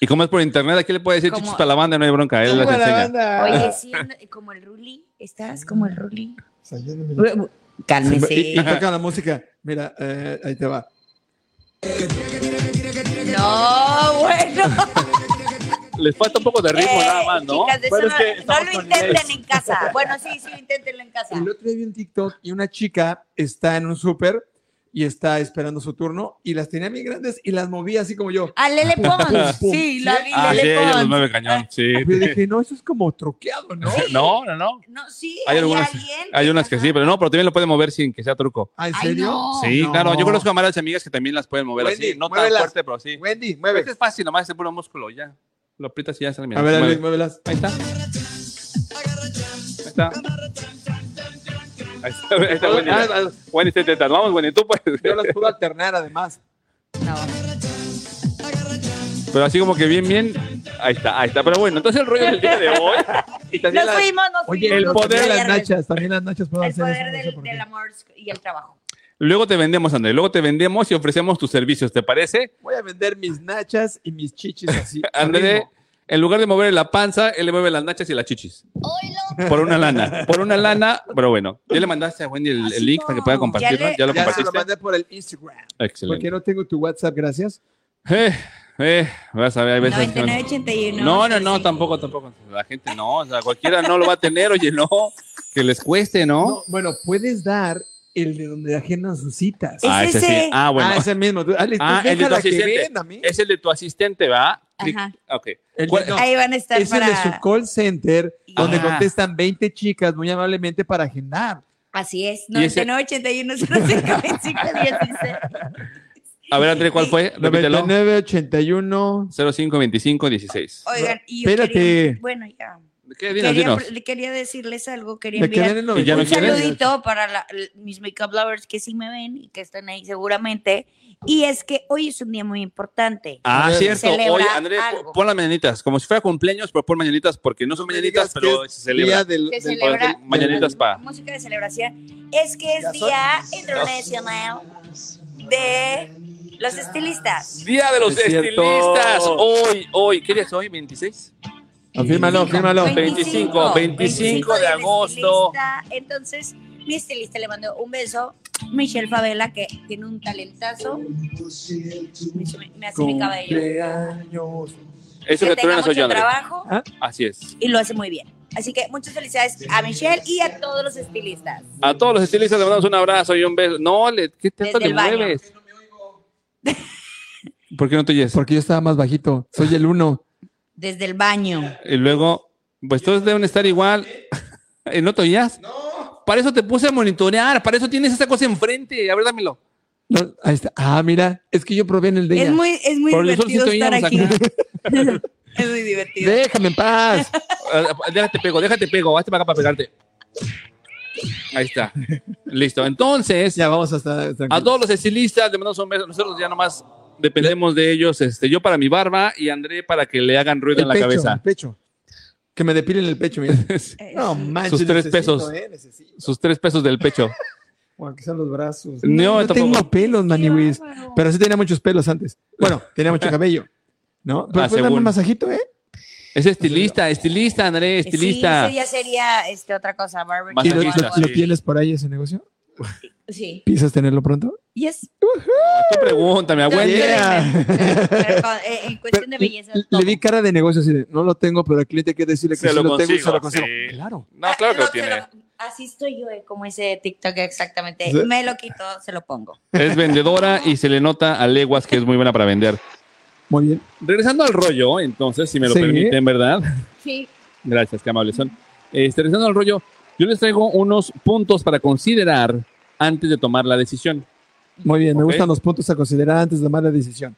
[SPEAKER 1] Y como es por internet, aquí le puede decir
[SPEAKER 3] Como-
[SPEAKER 1] chichis para la banda, no hay bronca. Él las
[SPEAKER 2] Buena
[SPEAKER 1] enseña.
[SPEAKER 2] banda.
[SPEAKER 3] Oye, sí, ando- como el Ruli, estás como el Ruli.
[SPEAKER 2] O sea, ya no me-
[SPEAKER 3] Cálmese.
[SPEAKER 2] Y, y toca la música. Mira, eh, ahí te va.
[SPEAKER 3] No, bueno. Eh,
[SPEAKER 1] Les falta un poco de ritmo nada más, ¿no?
[SPEAKER 3] Chicas, de eso
[SPEAKER 2] Pero es
[SPEAKER 3] no,
[SPEAKER 2] que
[SPEAKER 3] no lo
[SPEAKER 2] estamos con
[SPEAKER 3] intenten
[SPEAKER 2] Inés.
[SPEAKER 3] en casa. Bueno, sí, sí, inténtenlo en casa.
[SPEAKER 2] El otro día vi un TikTok y una chica está en un súper y está esperando su turno y las tenía bien grandes y las movía así como yo.
[SPEAKER 3] A Ah, Lele Pons.
[SPEAKER 2] pum.
[SPEAKER 3] Sí, la vi,
[SPEAKER 1] Ah, sí,
[SPEAKER 3] Lele
[SPEAKER 1] ella los
[SPEAKER 3] Pons.
[SPEAKER 1] mueve cañón. Sí.
[SPEAKER 2] Pero dije, no, eso es como troqueado, ¿no?
[SPEAKER 1] No, no, no.
[SPEAKER 3] No, sí,
[SPEAKER 1] Hay
[SPEAKER 3] hay,
[SPEAKER 1] algunas-
[SPEAKER 3] alguien.
[SPEAKER 1] Hay unas que sí, pero no, pero también lo pueden mover sin que sea truco.
[SPEAKER 2] Ah, ¿En
[SPEAKER 3] Ay,
[SPEAKER 2] serio?
[SPEAKER 3] no.
[SPEAKER 1] Sí,
[SPEAKER 2] No.
[SPEAKER 1] claro. Yo conozco a varias amigas que también las pueden mover así.
[SPEAKER 2] Wendy,
[SPEAKER 1] No tan
[SPEAKER 2] muévelas.
[SPEAKER 1] fuerte, pero sí.
[SPEAKER 2] Wendy,
[SPEAKER 1] Este
[SPEAKER 2] mueve.
[SPEAKER 1] es fácil, nomás es de puro músculo, ya. Lo aprietas y ya sale. mira.
[SPEAKER 2] A ver,
[SPEAKER 1] Mueve.
[SPEAKER 2] Alex, muévelas.
[SPEAKER 1] Ahí está. Ahí está. Ahí está, ahí está Wendy.
[SPEAKER 2] Ah, ah,
[SPEAKER 1] Wendy, te intentas. Vamos, Wendy, tú puedes.
[SPEAKER 2] Yo las puedo alternar además.
[SPEAKER 3] No.
[SPEAKER 1] Pero así como que bien, bien. Ahí está, ahí está. Pero bueno, entonces el rollo del día de hoy. Y también
[SPEAKER 3] Nos
[SPEAKER 1] la-
[SPEAKER 3] fuimos, nos
[SPEAKER 2] Oye,
[SPEAKER 3] fuimos.
[SPEAKER 2] el poder de las
[SPEAKER 3] Viernes.
[SPEAKER 2] nachas, también las nachas puedo
[SPEAKER 3] El
[SPEAKER 2] hacer
[SPEAKER 3] poder
[SPEAKER 2] eso, no sé
[SPEAKER 3] del,
[SPEAKER 2] por
[SPEAKER 3] del
[SPEAKER 2] qué.
[SPEAKER 3] amor y el trabajo.
[SPEAKER 1] Luego te vendemos, André. Luego te vendemos y ofrecemos tus servicios, ¿te parece?
[SPEAKER 2] Voy a vender mis nachas y mis chichis así.
[SPEAKER 1] André, en lugar de mover la panza, él le mueve las nachas y las chichis. Por una lana. Por una lana, pero bueno. Ya le mandaste a Wendy el, el link para que pueda compartirlo. Ya, lo
[SPEAKER 3] le-
[SPEAKER 2] Ya se lo
[SPEAKER 1] compartiste.
[SPEAKER 2] mandé por el Instagram.
[SPEAKER 1] Excelente.
[SPEAKER 2] Porque no tengo tu WhatsApp, gracias.
[SPEAKER 1] Eh, eh, vas a ver, hay veces. que-
[SPEAKER 3] 99, 81.
[SPEAKER 1] No, no, no, tampoco, tampoco. La gente no, o sea, cualquiera no lo va a tener, oye, no. Que les cueste, ¿no?
[SPEAKER 2] No, bueno, puedes dar el de donde agendan sus citas.
[SPEAKER 3] Es
[SPEAKER 1] ah, ese sí.
[SPEAKER 3] ese.
[SPEAKER 1] Ah, bueno.
[SPEAKER 2] Ah, es el mismo. Tú- Ale, tú
[SPEAKER 1] Ah, el de
[SPEAKER 2] déjala
[SPEAKER 1] tu
[SPEAKER 2] que
[SPEAKER 1] asistente.
[SPEAKER 2] venda, mi.
[SPEAKER 1] es el de tu asistente, ¿va? Clic.
[SPEAKER 3] Ajá.
[SPEAKER 1] Ok.
[SPEAKER 2] El
[SPEAKER 1] ¿Cuál-
[SPEAKER 2] de- no,
[SPEAKER 3] Ahí van a estar
[SPEAKER 2] es el
[SPEAKER 3] para.
[SPEAKER 2] de su call center, donde
[SPEAKER 1] Ah.
[SPEAKER 2] contestan 20 chicas muy amablemente para agendar.
[SPEAKER 3] Así es.
[SPEAKER 1] Y ese-
[SPEAKER 3] 99, 81, 05, 25, 16.
[SPEAKER 1] A ver, André, ¿cuál fue? Repítelo.
[SPEAKER 2] 99, 81.
[SPEAKER 1] 05 25 16.
[SPEAKER 3] Oigan, y yo
[SPEAKER 2] Espérate.
[SPEAKER 3] quería- bueno, ya.
[SPEAKER 1] ¿Qué? Dinos,
[SPEAKER 3] Quería,
[SPEAKER 1] dinos.
[SPEAKER 3] le quería decirles algo, quería
[SPEAKER 2] Me quedé
[SPEAKER 3] enviar
[SPEAKER 2] en el
[SPEAKER 1] ¿Y ya no
[SPEAKER 3] un
[SPEAKER 2] 99.
[SPEAKER 1] quieres?
[SPEAKER 3] saludito para la- l- mis makeup lovers que sí me ven y que están ahí seguramente. Y es que hoy es un día muy importante.
[SPEAKER 1] Ah,
[SPEAKER 2] A ver.
[SPEAKER 1] cierto.
[SPEAKER 3] Celebra
[SPEAKER 1] Oye, André,
[SPEAKER 3] algo.
[SPEAKER 1] pon- pon las mañanitas. Como si fuera cumpleaños, pero pon mañanitas porque no son
[SPEAKER 2] No me
[SPEAKER 1] mañanitas,
[SPEAKER 2] digas
[SPEAKER 1] pero
[SPEAKER 2] que
[SPEAKER 1] se
[SPEAKER 2] Día
[SPEAKER 1] celebra.
[SPEAKER 2] del,
[SPEAKER 3] Se
[SPEAKER 2] del-
[SPEAKER 3] celebra.
[SPEAKER 2] del-
[SPEAKER 1] Mañanitas pa.
[SPEAKER 3] Música de celebración. Es que es
[SPEAKER 2] Ya son-
[SPEAKER 3] Día Internacional de los Estilistas.
[SPEAKER 1] Día de los
[SPEAKER 2] Es cierto.
[SPEAKER 1] estilistas. Hoy, hoy. ¿Qué día es hoy? ¿26?
[SPEAKER 2] Afírmalo, afírmalo.
[SPEAKER 1] 25, 25 de
[SPEAKER 3] del
[SPEAKER 1] agosto.
[SPEAKER 3] estilista. Entonces, mi estilista le mandó un beso. Michelle Favela, que tiene un talentazo. Me, me hace mi cabello.
[SPEAKER 2] Cumpleaños.
[SPEAKER 1] Eso
[SPEAKER 3] que
[SPEAKER 1] que, tú
[SPEAKER 3] tenga
[SPEAKER 1] truena
[SPEAKER 3] mucho
[SPEAKER 1] soy yo, André.
[SPEAKER 3] trabajo
[SPEAKER 1] Así es.
[SPEAKER 3] y lo hace muy bien. Así que muchas felicidades a Michelle y a todos los estilistas.
[SPEAKER 1] A todos los estilistas le mandamos un abrazo y un beso. No, le, ¿qué tanto
[SPEAKER 3] Desde
[SPEAKER 1] le
[SPEAKER 3] el baño.
[SPEAKER 1] mueves? ¿Por qué no te oyes?
[SPEAKER 2] Porque yo estaba más bajito. Soy el uno.
[SPEAKER 3] Desde el baño.
[SPEAKER 1] Y luego, pues todos deben estar igual. ¿Eh, ¿No te oías? Para eso te puse a monitorear, para eso tienes esa cosa enfrente. A ver, dámelo.
[SPEAKER 2] No, ahí está. Ah, mira. Es que yo probé en el de
[SPEAKER 3] Es
[SPEAKER 2] ella.
[SPEAKER 3] muy, es muy
[SPEAKER 1] Por el
[SPEAKER 3] divertido
[SPEAKER 1] solcito
[SPEAKER 3] estar
[SPEAKER 1] íbamos
[SPEAKER 3] aquí.
[SPEAKER 1] acá.
[SPEAKER 3] es muy divertido.
[SPEAKER 2] Déjame en paz.
[SPEAKER 1] Ah, Déjate pego, déjate pego, hazte para acá para pegarte. Ahí está. Listo. Entonces,
[SPEAKER 2] ya vamos hasta. hasta-
[SPEAKER 1] a todos los estilistas le mandamos un beso. Nosotros ya nomás dependemos de ellos. Este, yo para mi barba y André para que le hagan ruido
[SPEAKER 2] el
[SPEAKER 1] en la
[SPEAKER 2] pecho, el
[SPEAKER 1] cabeza.
[SPEAKER 2] pecho. Que me depilen el pecho, mira.
[SPEAKER 3] Eh,
[SPEAKER 2] No
[SPEAKER 3] sí.
[SPEAKER 2] manches.
[SPEAKER 1] Sus tres
[SPEAKER 2] necesito,
[SPEAKER 1] pesos.
[SPEAKER 2] eh, necesito.
[SPEAKER 1] Sus tres pesos del pecho.
[SPEAKER 2] O aunque sean los brazos.
[SPEAKER 1] No,
[SPEAKER 2] no
[SPEAKER 1] tampoco.
[SPEAKER 2] tengo pelos, Maniwis. Pero sí tenía muchos pelos antes. Bueno, tenía mucho cabello. ¿No? Pero
[SPEAKER 1] Ah,
[SPEAKER 2] puedes darme
[SPEAKER 1] según.
[SPEAKER 2] un masajito, ¿eh?
[SPEAKER 1] Es estilista, estilista, André,
[SPEAKER 3] Sí,
[SPEAKER 1] estilista.
[SPEAKER 3] eso ya sería este, otra cosa, Barbara.
[SPEAKER 1] Más
[SPEAKER 2] ¿Y lo, lo-
[SPEAKER 1] Masajista,
[SPEAKER 2] lo
[SPEAKER 1] sí.
[SPEAKER 2] tienes por ahí ese negocio?
[SPEAKER 3] Sí.
[SPEAKER 2] ¿Piensas tenerlo pronto?
[SPEAKER 3] Yes.
[SPEAKER 1] Tú pregúntame,
[SPEAKER 3] No,
[SPEAKER 1] abuelo.
[SPEAKER 3] yo le-
[SPEAKER 2] Yeah.
[SPEAKER 3] pero con- eh, en cuestión de
[SPEAKER 2] Pero
[SPEAKER 3] belleza.
[SPEAKER 2] le-
[SPEAKER 3] todo.
[SPEAKER 2] Le vi cara de negocio así de, no lo tengo, pero al cliente hay que decirle que
[SPEAKER 1] Se
[SPEAKER 2] sí
[SPEAKER 1] lo
[SPEAKER 2] lo, tengo y se lo
[SPEAKER 1] consigo,
[SPEAKER 2] consigo.
[SPEAKER 1] sí.
[SPEAKER 2] Claro.
[SPEAKER 1] No, claro que
[SPEAKER 3] Ah,
[SPEAKER 1] lo
[SPEAKER 3] no, se
[SPEAKER 1] tiene.
[SPEAKER 3] así estoy yo, eh, como ese TikTok exactamente.
[SPEAKER 2] Sí.
[SPEAKER 3] Me lo quito, se lo pongo.
[SPEAKER 1] Es vendedora y se le nota a leguas que es muy buena para vender.
[SPEAKER 2] Muy bien.
[SPEAKER 1] Regresando al rollo, entonces, si me lo
[SPEAKER 2] Sí.
[SPEAKER 1] permiten, ¿verdad?
[SPEAKER 3] Sí.
[SPEAKER 1] Gracias, qué amables son. Este, regresando al rollo, yo les traigo unos puntos para considerar antes de tomar la decisión.
[SPEAKER 2] Muy bien, me
[SPEAKER 1] Ok.
[SPEAKER 2] gustan los puntos a considerar antes de tomar la decisión.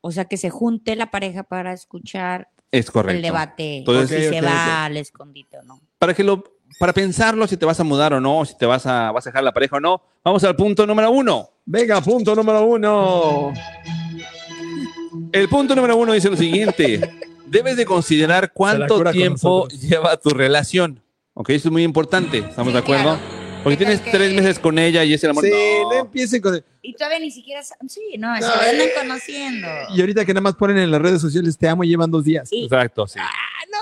[SPEAKER 3] O sea, que se junte la pareja para escuchar
[SPEAKER 1] Es
[SPEAKER 3] el
[SPEAKER 1] correcto.
[SPEAKER 3] debate.
[SPEAKER 1] Entonces-
[SPEAKER 3] si
[SPEAKER 2] Ok,
[SPEAKER 3] se
[SPEAKER 2] ok,
[SPEAKER 3] va
[SPEAKER 2] ok.
[SPEAKER 3] al escondite o no.
[SPEAKER 1] Para que lo, para pensarlo si te vas a mudar o no, si te vas a, vas a dejar la pareja o no. Vamos al punto número uno.
[SPEAKER 2] Venga, punto número uno.
[SPEAKER 1] El punto número uno dice lo siguiente: debes de considerar cuánto
[SPEAKER 2] cura con
[SPEAKER 1] tiempo
[SPEAKER 2] nosotros.
[SPEAKER 1] lleva tu relación. Ok, eso es muy importante. ¿Estamos
[SPEAKER 3] Sí,
[SPEAKER 1] de acuerdo?
[SPEAKER 3] claro.
[SPEAKER 1] Porque
[SPEAKER 3] ¿Qué tal
[SPEAKER 1] tienes
[SPEAKER 3] que-
[SPEAKER 1] tres meses con ella y es el amor.
[SPEAKER 2] Sí,
[SPEAKER 1] No.
[SPEAKER 2] no empiecen con...
[SPEAKER 3] Y todavía ni siquiera. sa- Sí, no, se
[SPEAKER 2] No, eh,
[SPEAKER 3] andan conociendo.
[SPEAKER 2] Y ahorita que nada más ponen en las redes sociales, te amo, llevan dos días.
[SPEAKER 3] Sí.
[SPEAKER 1] Exacto, sí.
[SPEAKER 2] ¡Ah, no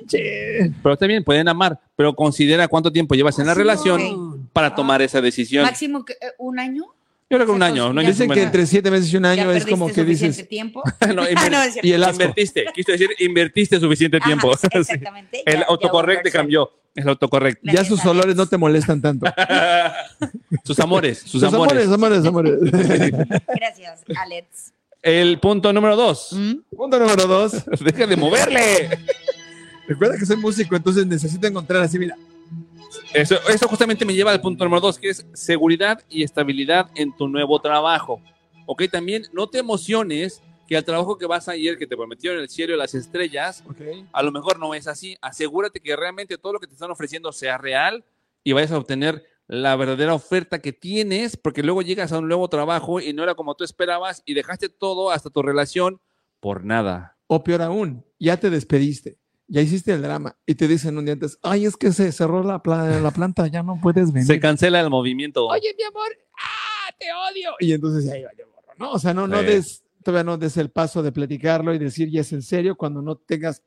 [SPEAKER 2] manches!
[SPEAKER 1] Pero está bien, pueden amar, pero considera cuánto tiempo llevas en la
[SPEAKER 3] Sí,
[SPEAKER 1] relación
[SPEAKER 3] ok.
[SPEAKER 1] para tomar esa decisión.
[SPEAKER 3] Máximo que, eh, un año.
[SPEAKER 1] Yo creo que un
[SPEAKER 3] se
[SPEAKER 1] año, un año. es
[SPEAKER 2] Dicen
[SPEAKER 1] un
[SPEAKER 2] que
[SPEAKER 1] buen-
[SPEAKER 2] entre siete meses y un
[SPEAKER 3] ya
[SPEAKER 2] año es
[SPEAKER 3] perdiste
[SPEAKER 2] como que
[SPEAKER 3] suficiente
[SPEAKER 2] dices...
[SPEAKER 3] tiempo.
[SPEAKER 1] No,
[SPEAKER 3] Ah,
[SPEAKER 1] inver-
[SPEAKER 3] no, es cierto. Ah,
[SPEAKER 2] Y el asco.
[SPEAKER 1] Invertiste, quise decir, invertiste suficiente
[SPEAKER 3] Ajá,
[SPEAKER 1] tiempo. Sí.
[SPEAKER 3] Exactamente. ya-
[SPEAKER 1] El
[SPEAKER 3] ya
[SPEAKER 1] autocorrecto
[SPEAKER 3] volverse.
[SPEAKER 1] cambió, el autocorrecto.
[SPEAKER 2] Ya sus olores no te molestan tanto.
[SPEAKER 1] Sus amores, sus,
[SPEAKER 2] Sus
[SPEAKER 1] amores.
[SPEAKER 2] amores, amores, amores.
[SPEAKER 3] Gracias, Alex.
[SPEAKER 1] El punto número dos.
[SPEAKER 3] Mm,
[SPEAKER 2] Punto número dos.
[SPEAKER 1] Deja de moverle.
[SPEAKER 2] Recuerda que soy músico, entonces necesito encontrar así, mira.
[SPEAKER 1] Eso, eso justamente me lleva al punto número dos, que es seguridad y estabilidad en tu nuevo trabajo. Ok, también no te emociones que al trabajo que vas ayer, que te prometieron el cielo y las estrellas, a lo mejor no es así. Asegúrate que realmente todo lo que te están ofreciendo sea real y vayas a obtener la verdadera oferta que tienes, porque luego llegas a un nuevo trabajo y no era como tú esperabas y dejaste todo hasta tu relación por nada.
[SPEAKER 2] O peor aún, ya te despediste, ya hiciste el drama y te dicen un día antes, ay, es que se cerró la, pla- la planta, ya no puedes venir.
[SPEAKER 1] Se cancela el movimiento.
[SPEAKER 2] Oye, mi amor, ¡ah, te odio! Y entonces ya iba yo, borro, ¿no? O sea, no, no
[SPEAKER 1] Sí.
[SPEAKER 2] des, todavía no des el paso de platicarlo y decir, ya es en serio, cuando no tengas...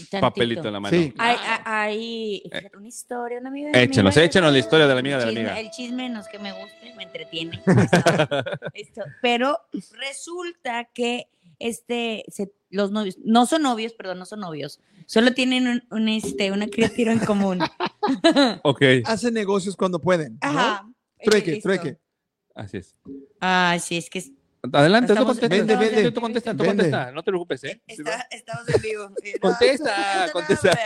[SPEAKER 3] Tantito.
[SPEAKER 1] Papelito en la mano.
[SPEAKER 2] Sí.
[SPEAKER 3] Hay, hay- hay- fíjate, una historia, una amiga. de
[SPEAKER 1] Échenos,
[SPEAKER 3] amiga.
[SPEAKER 1] échenos Eh. la historia de la amiga de la
[SPEAKER 3] Chisme-
[SPEAKER 1] amiga.
[SPEAKER 3] El chisme no es que me guste, me entretiene. Esto- esto. Pero resulta que este, se- los novios, no son novios, perdón, no son novios, solo tienen un, un, este, una criatura en común.
[SPEAKER 1] Ok.
[SPEAKER 2] Hacen negocios cuando pueden, ¿no?
[SPEAKER 3] Ajá.
[SPEAKER 2] Trueque,
[SPEAKER 3] Listo.
[SPEAKER 2] trueque.
[SPEAKER 1] Así es.
[SPEAKER 3] Ay, sí, es que es-
[SPEAKER 1] Adelante, tú
[SPEAKER 3] Estamos-
[SPEAKER 1] contesta.
[SPEAKER 2] Vende, vende.
[SPEAKER 1] Tú contesta, tú
[SPEAKER 2] Vende.
[SPEAKER 1] contesta. No te preocupes, ¿eh?
[SPEAKER 3] está- estamos en vivo. Eh, no,
[SPEAKER 1] Contesta,
[SPEAKER 3] esto no,
[SPEAKER 1] contesta.
[SPEAKER 3] esto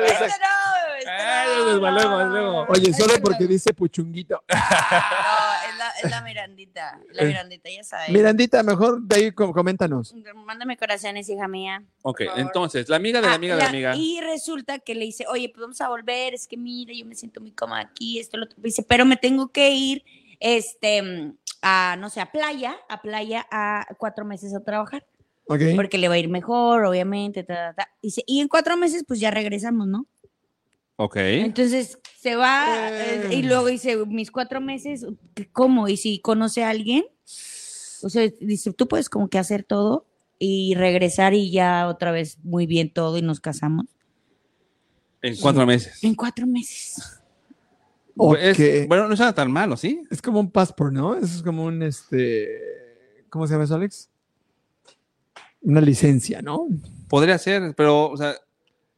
[SPEAKER 3] no, esto no, esto
[SPEAKER 1] Ah,
[SPEAKER 3] no.
[SPEAKER 1] luego, luego, luego.
[SPEAKER 2] Oye,
[SPEAKER 3] Esto
[SPEAKER 2] solo
[SPEAKER 3] no.
[SPEAKER 2] porque dice puchunguito.
[SPEAKER 3] No, es la, es la Mirandita. La
[SPEAKER 2] Eh,
[SPEAKER 3] Mirandita, ya sabes.
[SPEAKER 2] Mirandita, mejor de ahí com- coméntanos.
[SPEAKER 3] Mándame corazones, hija mía.
[SPEAKER 1] Ok,
[SPEAKER 3] favor.
[SPEAKER 1] entonces, la amiga de la
[SPEAKER 3] Ah,
[SPEAKER 1] amiga de la amiga.
[SPEAKER 3] Y resulta que le dice, oye, pues vamos a volver, es que mira, yo me siento muy cómoda aquí, esto, lo otro. Dice, pero me tengo que ir, este, mm, a, no sé, a playa, a playa a cuatro meses a trabajar,
[SPEAKER 2] ¿Ok?
[SPEAKER 3] porque le va a ir mejor, obviamente, ta, ta, ta. Dice, y en cuatro meses, pues ya regresamos, ¿no?
[SPEAKER 1] Ok.
[SPEAKER 3] Entonces se va eh,
[SPEAKER 2] Eh.
[SPEAKER 3] y luego dice, mis cuatro meses, ¿cómo? Y si conoce a alguien, o sea, dice, tú puedes como que hacer todo y regresar y ya otra vez muy bien todo y nos casamos.
[SPEAKER 1] En cuatro meses.
[SPEAKER 3] En cuatro meses.
[SPEAKER 2] Ok.
[SPEAKER 1] Es- bueno, no suena tan malo, ¿sí?
[SPEAKER 2] Es como un passport, ¿no? Eso es como un, este, ¿cómo se llama eso, Alex? Una licencia, ¿no?
[SPEAKER 1] Podría ser, pero, o sea,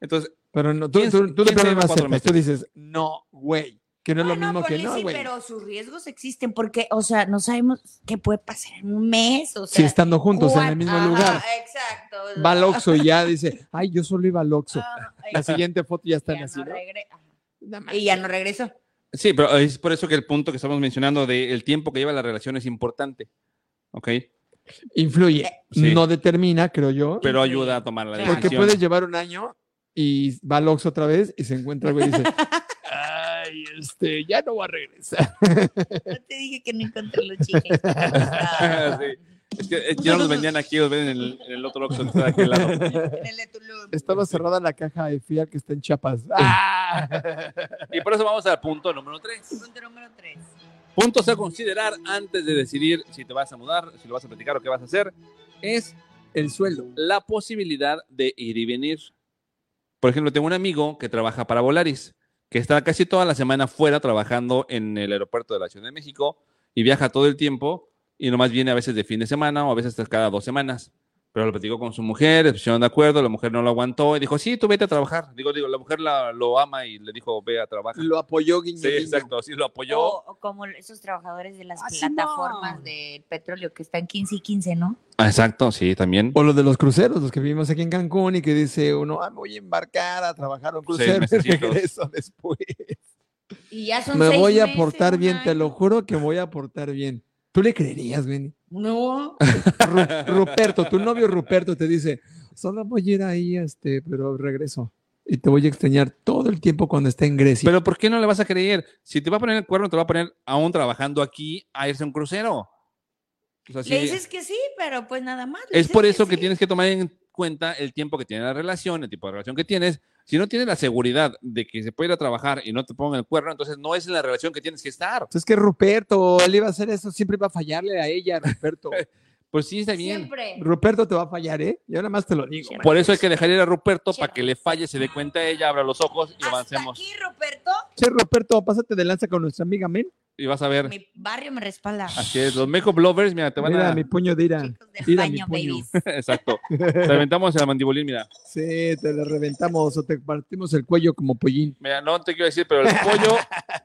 [SPEAKER 1] entonces,
[SPEAKER 2] Pero no, tú,
[SPEAKER 1] ¿Quién-
[SPEAKER 2] tú, tú le
[SPEAKER 1] quién se
[SPEAKER 2] problemas
[SPEAKER 1] llama cuatro
[SPEAKER 2] aceptas, tú dices, no, güey, que no es lo
[SPEAKER 3] Bueno,
[SPEAKER 2] mismo que
[SPEAKER 3] ponle
[SPEAKER 2] no,
[SPEAKER 3] Ah, sí,
[SPEAKER 2] güey.
[SPEAKER 3] pero sus riesgos existen porque, o sea, no sabemos qué puede pasar en un mes, o sea.
[SPEAKER 2] Si estando juntos en el
[SPEAKER 3] cuat-
[SPEAKER 2] mismo
[SPEAKER 3] Ajá,
[SPEAKER 2] lugar,
[SPEAKER 3] Exacto.
[SPEAKER 2] va al Oxxo y ya dice, ay, yo solo iba al Oxxo.
[SPEAKER 3] Ah,
[SPEAKER 2] La siguiente foto ya
[SPEAKER 3] ya
[SPEAKER 2] están
[SPEAKER 3] no
[SPEAKER 2] así, ¿no?
[SPEAKER 3] regre- ajá.
[SPEAKER 2] No
[SPEAKER 3] Y ya no regresó.
[SPEAKER 1] sí, pero es por eso que el punto que estamos mencionando del tiempo que lleva la relación es importante. Ok.
[SPEAKER 2] Influye,
[SPEAKER 3] eh,
[SPEAKER 1] Sí.
[SPEAKER 2] no determina, creo yo,
[SPEAKER 1] Pero
[SPEAKER 3] Influye.
[SPEAKER 1] ayuda a tomar la
[SPEAKER 3] Porque
[SPEAKER 1] decisión.
[SPEAKER 2] porque puedes llevar un año y va al Oxxo otra vez y se encuentra algo y dice, ay, este, ya no va a regresar.
[SPEAKER 3] No te dije que no encontré los chiques. Ah,
[SPEAKER 1] Sí. Es que es que ya no los vendían aquí, los venden en el, en el otro Oxxo que está de aquel lado.
[SPEAKER 3] en el de Tulum.
[SPEAKER 2] Estaba cerrada la caja de FIAR que está en Chiapas. Ah,
[SPEAKER 1] Y por eso vamos al punto número tres.
[SPEAKER 3] Punto número 3.
[SPEAKER 1] Puntos a considerar antes de decidir si te vas a mudar, si lo vas a platicar o qué vas a hacer, es
[SPEAKER 2] El sueldo.
[SPEAKER 1] la posibilidad de ir y venir. Por ejemplo, tengo un amigo que trabaja para Volaris, que está casi toda la semana fuera trabajando en el aeropuerto de la Ciudad de México y viaja todo el tiempo y nomás viene a veces de fin de semana o a veces hasta cada dos semanas. Pero lo platicó con su mujer, se pusieron de acuerdo, la mujer no lo aguantó y dijo, sí, tú vete a trabajar. Digo, digo, la mujer la- lo ama y le dijo, ve a trabajar.
[SPEAKER 2] Lo apoyó Guiño.
[SPEAKER 1] Sí, Oh.
[SPEAKER 2] guiño.
[SPEAKER 1] exacto, sí, lo apoyó.
[SPEAKER 3] O, o como esos trabajadores de las
[SPEAKER 2] Así no.
[SPEAKER 3] plataformas de petróleo que están 15 y 15, ¿no?
[SPEAKER 1] Ah, Exacto, sí, también.
[SPEAKER 2] O lo de los cruceros, los que vivimos aquí en Cancún y que dice uno, ah, me voy a embarcar a trabajar a un
[SPEAKER 1] Seis
[SPEAKER 2] crucero y
[SPEAKER 1] mesecitos.
[SPEAKER 2] regreso después.
[SPEAKER 3] Y ya son
[SPEAKER 2] Me
[SPEAKER 3] seis
[SPEAKER 2] voy a
[SPEAKER 3] meses,
[SPEAKER 2] portar
[SPEAKER 3] un
[SPEAKER 2] bien, te
[SPEAKER 3] año.
[SPEAKER 2] lo juro que me voy a portar bien. ¿Tú le creerías, Benny?
[SPEAKER 3] No.
[SPEAKER 2] Ru- Ruperto, tu novio Ruperto te dice, solo voy a ir ahí, este, pero regreso. Y te voy a extrañar todo el tiempo cuando esté en Grecia.
[SPEAKER 1] Pero ¿por qué no le vas a creer? Si te va a poner el cuerno, te va a poner aún trabajando aquí a irse a un crucero. O sea, sí,
[SPEAKER 3] Le dices que sí, pero pues nada más. le
[SPEAKER 1] es
[SPEAKER 3] dices
[SPEAKER 1] por eso que,
[SPEAKER 3] sí.
[SPEAKER 1] tienes que tomar en cuenta el tiempo que tiene la relación, el tipo de relación que tienes. Si no tienes la seguridad de que se puede ir a trabajar y no te pongan el cuerno, entonces no es en la relación que tienes que estar.
[SPEAKER 2] Entonces, Pues que Ruperto, él iba a hacer eso, siempre iba a fallarle a ella, Ruperto.
[SPEAKER 1] Pues sí, está bien.
[SPEAKER 3] Siempre.
[SPEAKER 2] Ruperto te va a fallar, ¿eh? Yo nada más te lo digo.
[SPEAKER 3] Siempre.
[SPEAKER 1] Por eso hay que dejar ir a Ruperto para
[SPEAKER 3] Cierto.
[SPEAKER 1] que le falle, se dé cuenta ella, abra los ojos y
[SPEAKER 3] Ah. Hasta
[SPEAKER 1] avancemos.
[SPEAKER 3] aquí, Ruperto.
[SPEAKER 2] Che, Ruperto, pásate de lanza con nuestra amiga, men.
[SPEAKER 1] Y vas a ver.
[SPEAKER 3] Mi barrio me respalda.
[SPEAKER 1] Así es, los makeup lovers, mira, te van
[SPEAKER 2] Mira,
[SPEAKER 1] a...
[SPEAKER 2] mi puño de ira.
[SPEAKER 3] Chicos del
[SPEAKER 2] Mira mi
[SPEAKER 3] baño,
[SPEAKER 2] puño.
[SPEAKER 3] babies.
[SPEAKER 1] Exacto. Te aventamos en la mandibulín, mira.
[SPEAKER 2] Sí, te la reventamos o te partimos el cuello como pollín.
[SPEAKER 1] Mira, no te quiero decir, pero el pollo,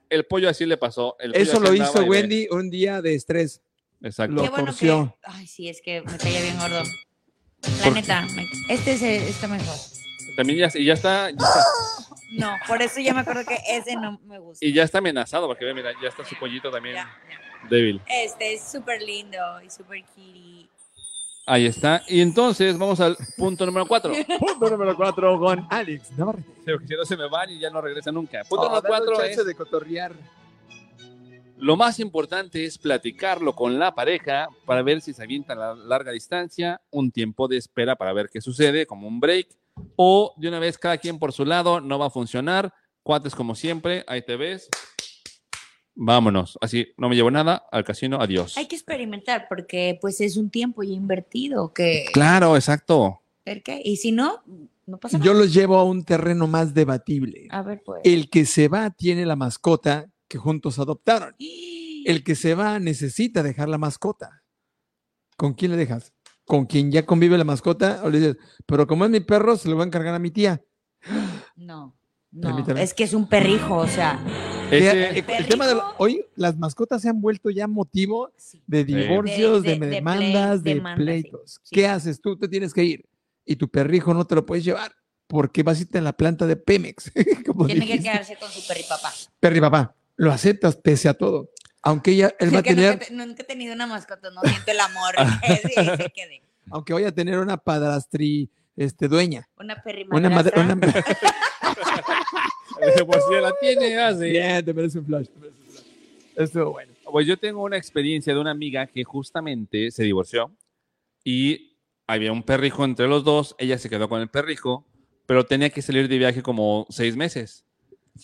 [SPEAKER 1] el pollo así le pasó. El pollo
[SPEAKER 2] Eso
[SPEAKER 1] así
[SPEAKER 2] lo
[SPEAKER 1] andaba
[SPEAKER 2] hizo
[SPEAKER 1] y ve.
[SPEAKER 2] Wendy un día de estrés.
[SPEAKER 1] Exacto.
[SPEAKER 2] Lo
[SPEAKER 3] Qué bueno
[SPEAKER 2] torció.
[SPEAKER 3] que. Ay, sí, es que me caía bien gordo. La
[SPEAKER 1] Por-
[SPEAKER 3] neta, me- este es el- está mejor.
[SPEAKER 1] También ya, y ya está, ya está-
[SPEAKER 3] No, por eso ya me acuerdo que ese no me gusta.
[SPEAKER 1] y ya está amenazado, porque ve, mira, ya está su pollito también
[SPEAKER 3] Ya, ya.
[SPEAKER 1] débil.
[SPEAKER 3] Este es súper lindo y súper kitty.
[SPEAKER 1] Ahí está. Y entonces vamos al punto número cuatro. Sí,
[SPEAKER 2] Punto número cuatro con Alex Navarrete.
[SPEAKER 1] porque si no se me van y ya no regresa nunca. Punto
[SPEAKER 2] Oh,
[SPEAKER 1] número
[SPEAKER 2] danos
[SPEAKER 1] cuatro
[SPEAKER 2] chance
[SPEAKER 1] es
[SPEAKER 2] de cotorrear.
[SPEAKER 1] lo más importante es platicarlo con la pareja para ver si se avienta la larga distancia, un tiempo de espera para ver qué sucede, como un break, o de una vez cada quien por su lado, no va a funcionar, cuates como siempre, ahí te ves. Vámonos, así no me llevo nada al casino, adiós.
[SPEAKER 3] Hay que experimentar porque pues es un tiempo ya invertido que
[SPEAKER 1] Claro, exacto.
[SPEAKER 3] ¿Ver qué? y si no no pasa nada.
[SPEAKER 2] Yo los llevo a un terreno más debatible.
[SPEAKER 3] A ver pues.
[SPEAKER 2] El que se va tiene la mascota que juntos adoptaron.
[SPEAKER 3] El
[SPEAKER 2] El que se va necesita dejar la mascota. ¿Con quién le dejas? ¿Con quien ya convive la mascota? O le dices, pero como es mi perro, se lo voy a encargar a mi tía.
[SPEAKER 3] no. No,
[SPEAKER 2] Permítame.
[SPEAKER 3] es que es un perrijo, o sea.
[SPEAKER 2] Vea, eh,
[SPEAKER 1] Ese-
[SPEAKER 2] el tema de la- hoy las mascotas se han vuelto ya motivo
[SPEAKER 3] sí.
[SPEAKER 2] de divorcios,
[SPEAKER 3] De-
[SPEAKER 2] de,
[SPEAKER 3] de- de ple-
[SPEAKER 2] demandas, de,
[SPEAKER 3] demandas, sí,
[SPEAKER 2] pleitos.
[SPEAKER 3] sí.
[SPEAKER 2] ¿Qué haces? Tú te tienes que ir y tu perrijo no te lo puedes llevar porque vas a irte en la planta de Pemex. como
[SPEAKER 3] Tiene que
[SPEAKER 2] dijiste.
[SPEAKER 3] quedarse con su perripapá.
[SPEAKER 2] Perri papá, lo aceptas pese a todo. Aunque ella, él va a
[SPEAKER 3] Es que
[SPEAKER 2] tener,
[SPEAKER 3] nunca, he te- nunca he tenido una mascota, no siento el amor.
[SPEAKER 2] Ah.
[SPEAKER 3] Sí, ahí se quede.
[SPEAKER 2] aunque vaya a tener una padrastri este, dueña.
[SPEAKER 3] Una
[SPEAKER 2] Una madre,
[SPEAKER 3] perrimadrastra.
[SPEAKER 2] una
[SPEAKER 1] de por sí la tiene, hace.
[SPEAKER 2] Bien, te merece un flash. te merece un flash. Estuvo bueno.
[SPEAKER 1] Pues yo tengo una experiencia de una amiga que justamente se divorció y había un perrijo entre los dos, ella se quedó con el perrijo, pero tenía que salir de viaje como seis meses.